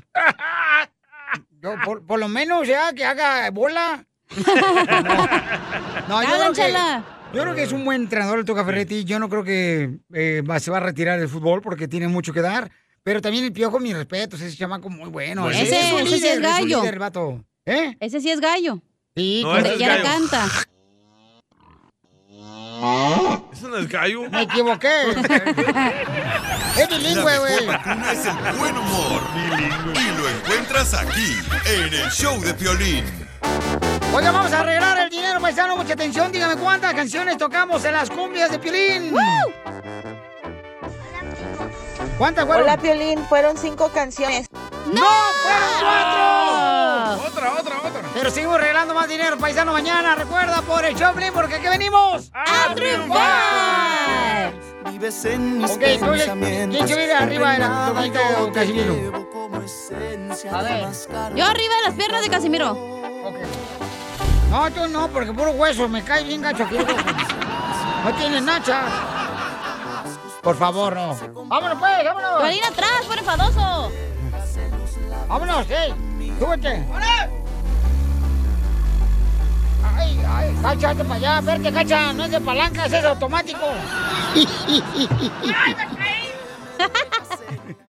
S2: Yo, por, por lo menos ya que haga bola. No, yo creo, que,
S4: Háganchela.
S2: yo creo que es un buen entrenador el Tuca Ferretti. Yo no creo que eh, va- se va a retirar del fútbol porque tiene mucho que dar. Pero también el Piojo, mis respetos, ese chamaco muy bueno.
S4: Ese- ese sí es
S2: líder, un
S4: gallo.
S2: líder, vato. ¿Eh?
S4: Ese sí es gallo.
S2: Sí,
S9: No,
S4: donde
S9: ese es
S4: quiera
S9: gallo.
S4: canta.
S9: Eso no Oh. es gallo.
S2: Me equivoqué. es bilingüe, güey.
S6: Una es el buen humor. Y lo encuentras aquí, en el show de Piolín.
S2: Oiga, vamos a arreglar el dinero, paisano. Mucha atención. Dígame cuántas canciones tocamos en las cumbias de Pilín. ¿Cuántas fueron?
S20: Hola, Piolín. Fueron cinco canciones.
S2: ¡No! ¡Fueron cuatro! Otra, otra, otra. Pero seguimos regalando más dinero, paisano. Mañana, recuerda, por el Choplin, porque aquí venimos a triunfar.
S10: Vives en mis
S2: Ok, tú le- ¿quién se viene arriba de la campanita de Casimiro?
S10: A ver.
S4: Yo arriba de las piernas de Casimiro.
S2: No, tú no, porque puro hueso. Me cae bien gacho aquí. No tienes nachas. Por favor, no. Vámonos, pues, vámonos.
S4: Tú ir atrás, fue enfadoso.
S2: Vámonos, eh. Súbete. Ay, ay, cacha, hazte para allá. Verte, cacha. No es de palanca, ese es automático. ¡Ay, me caí!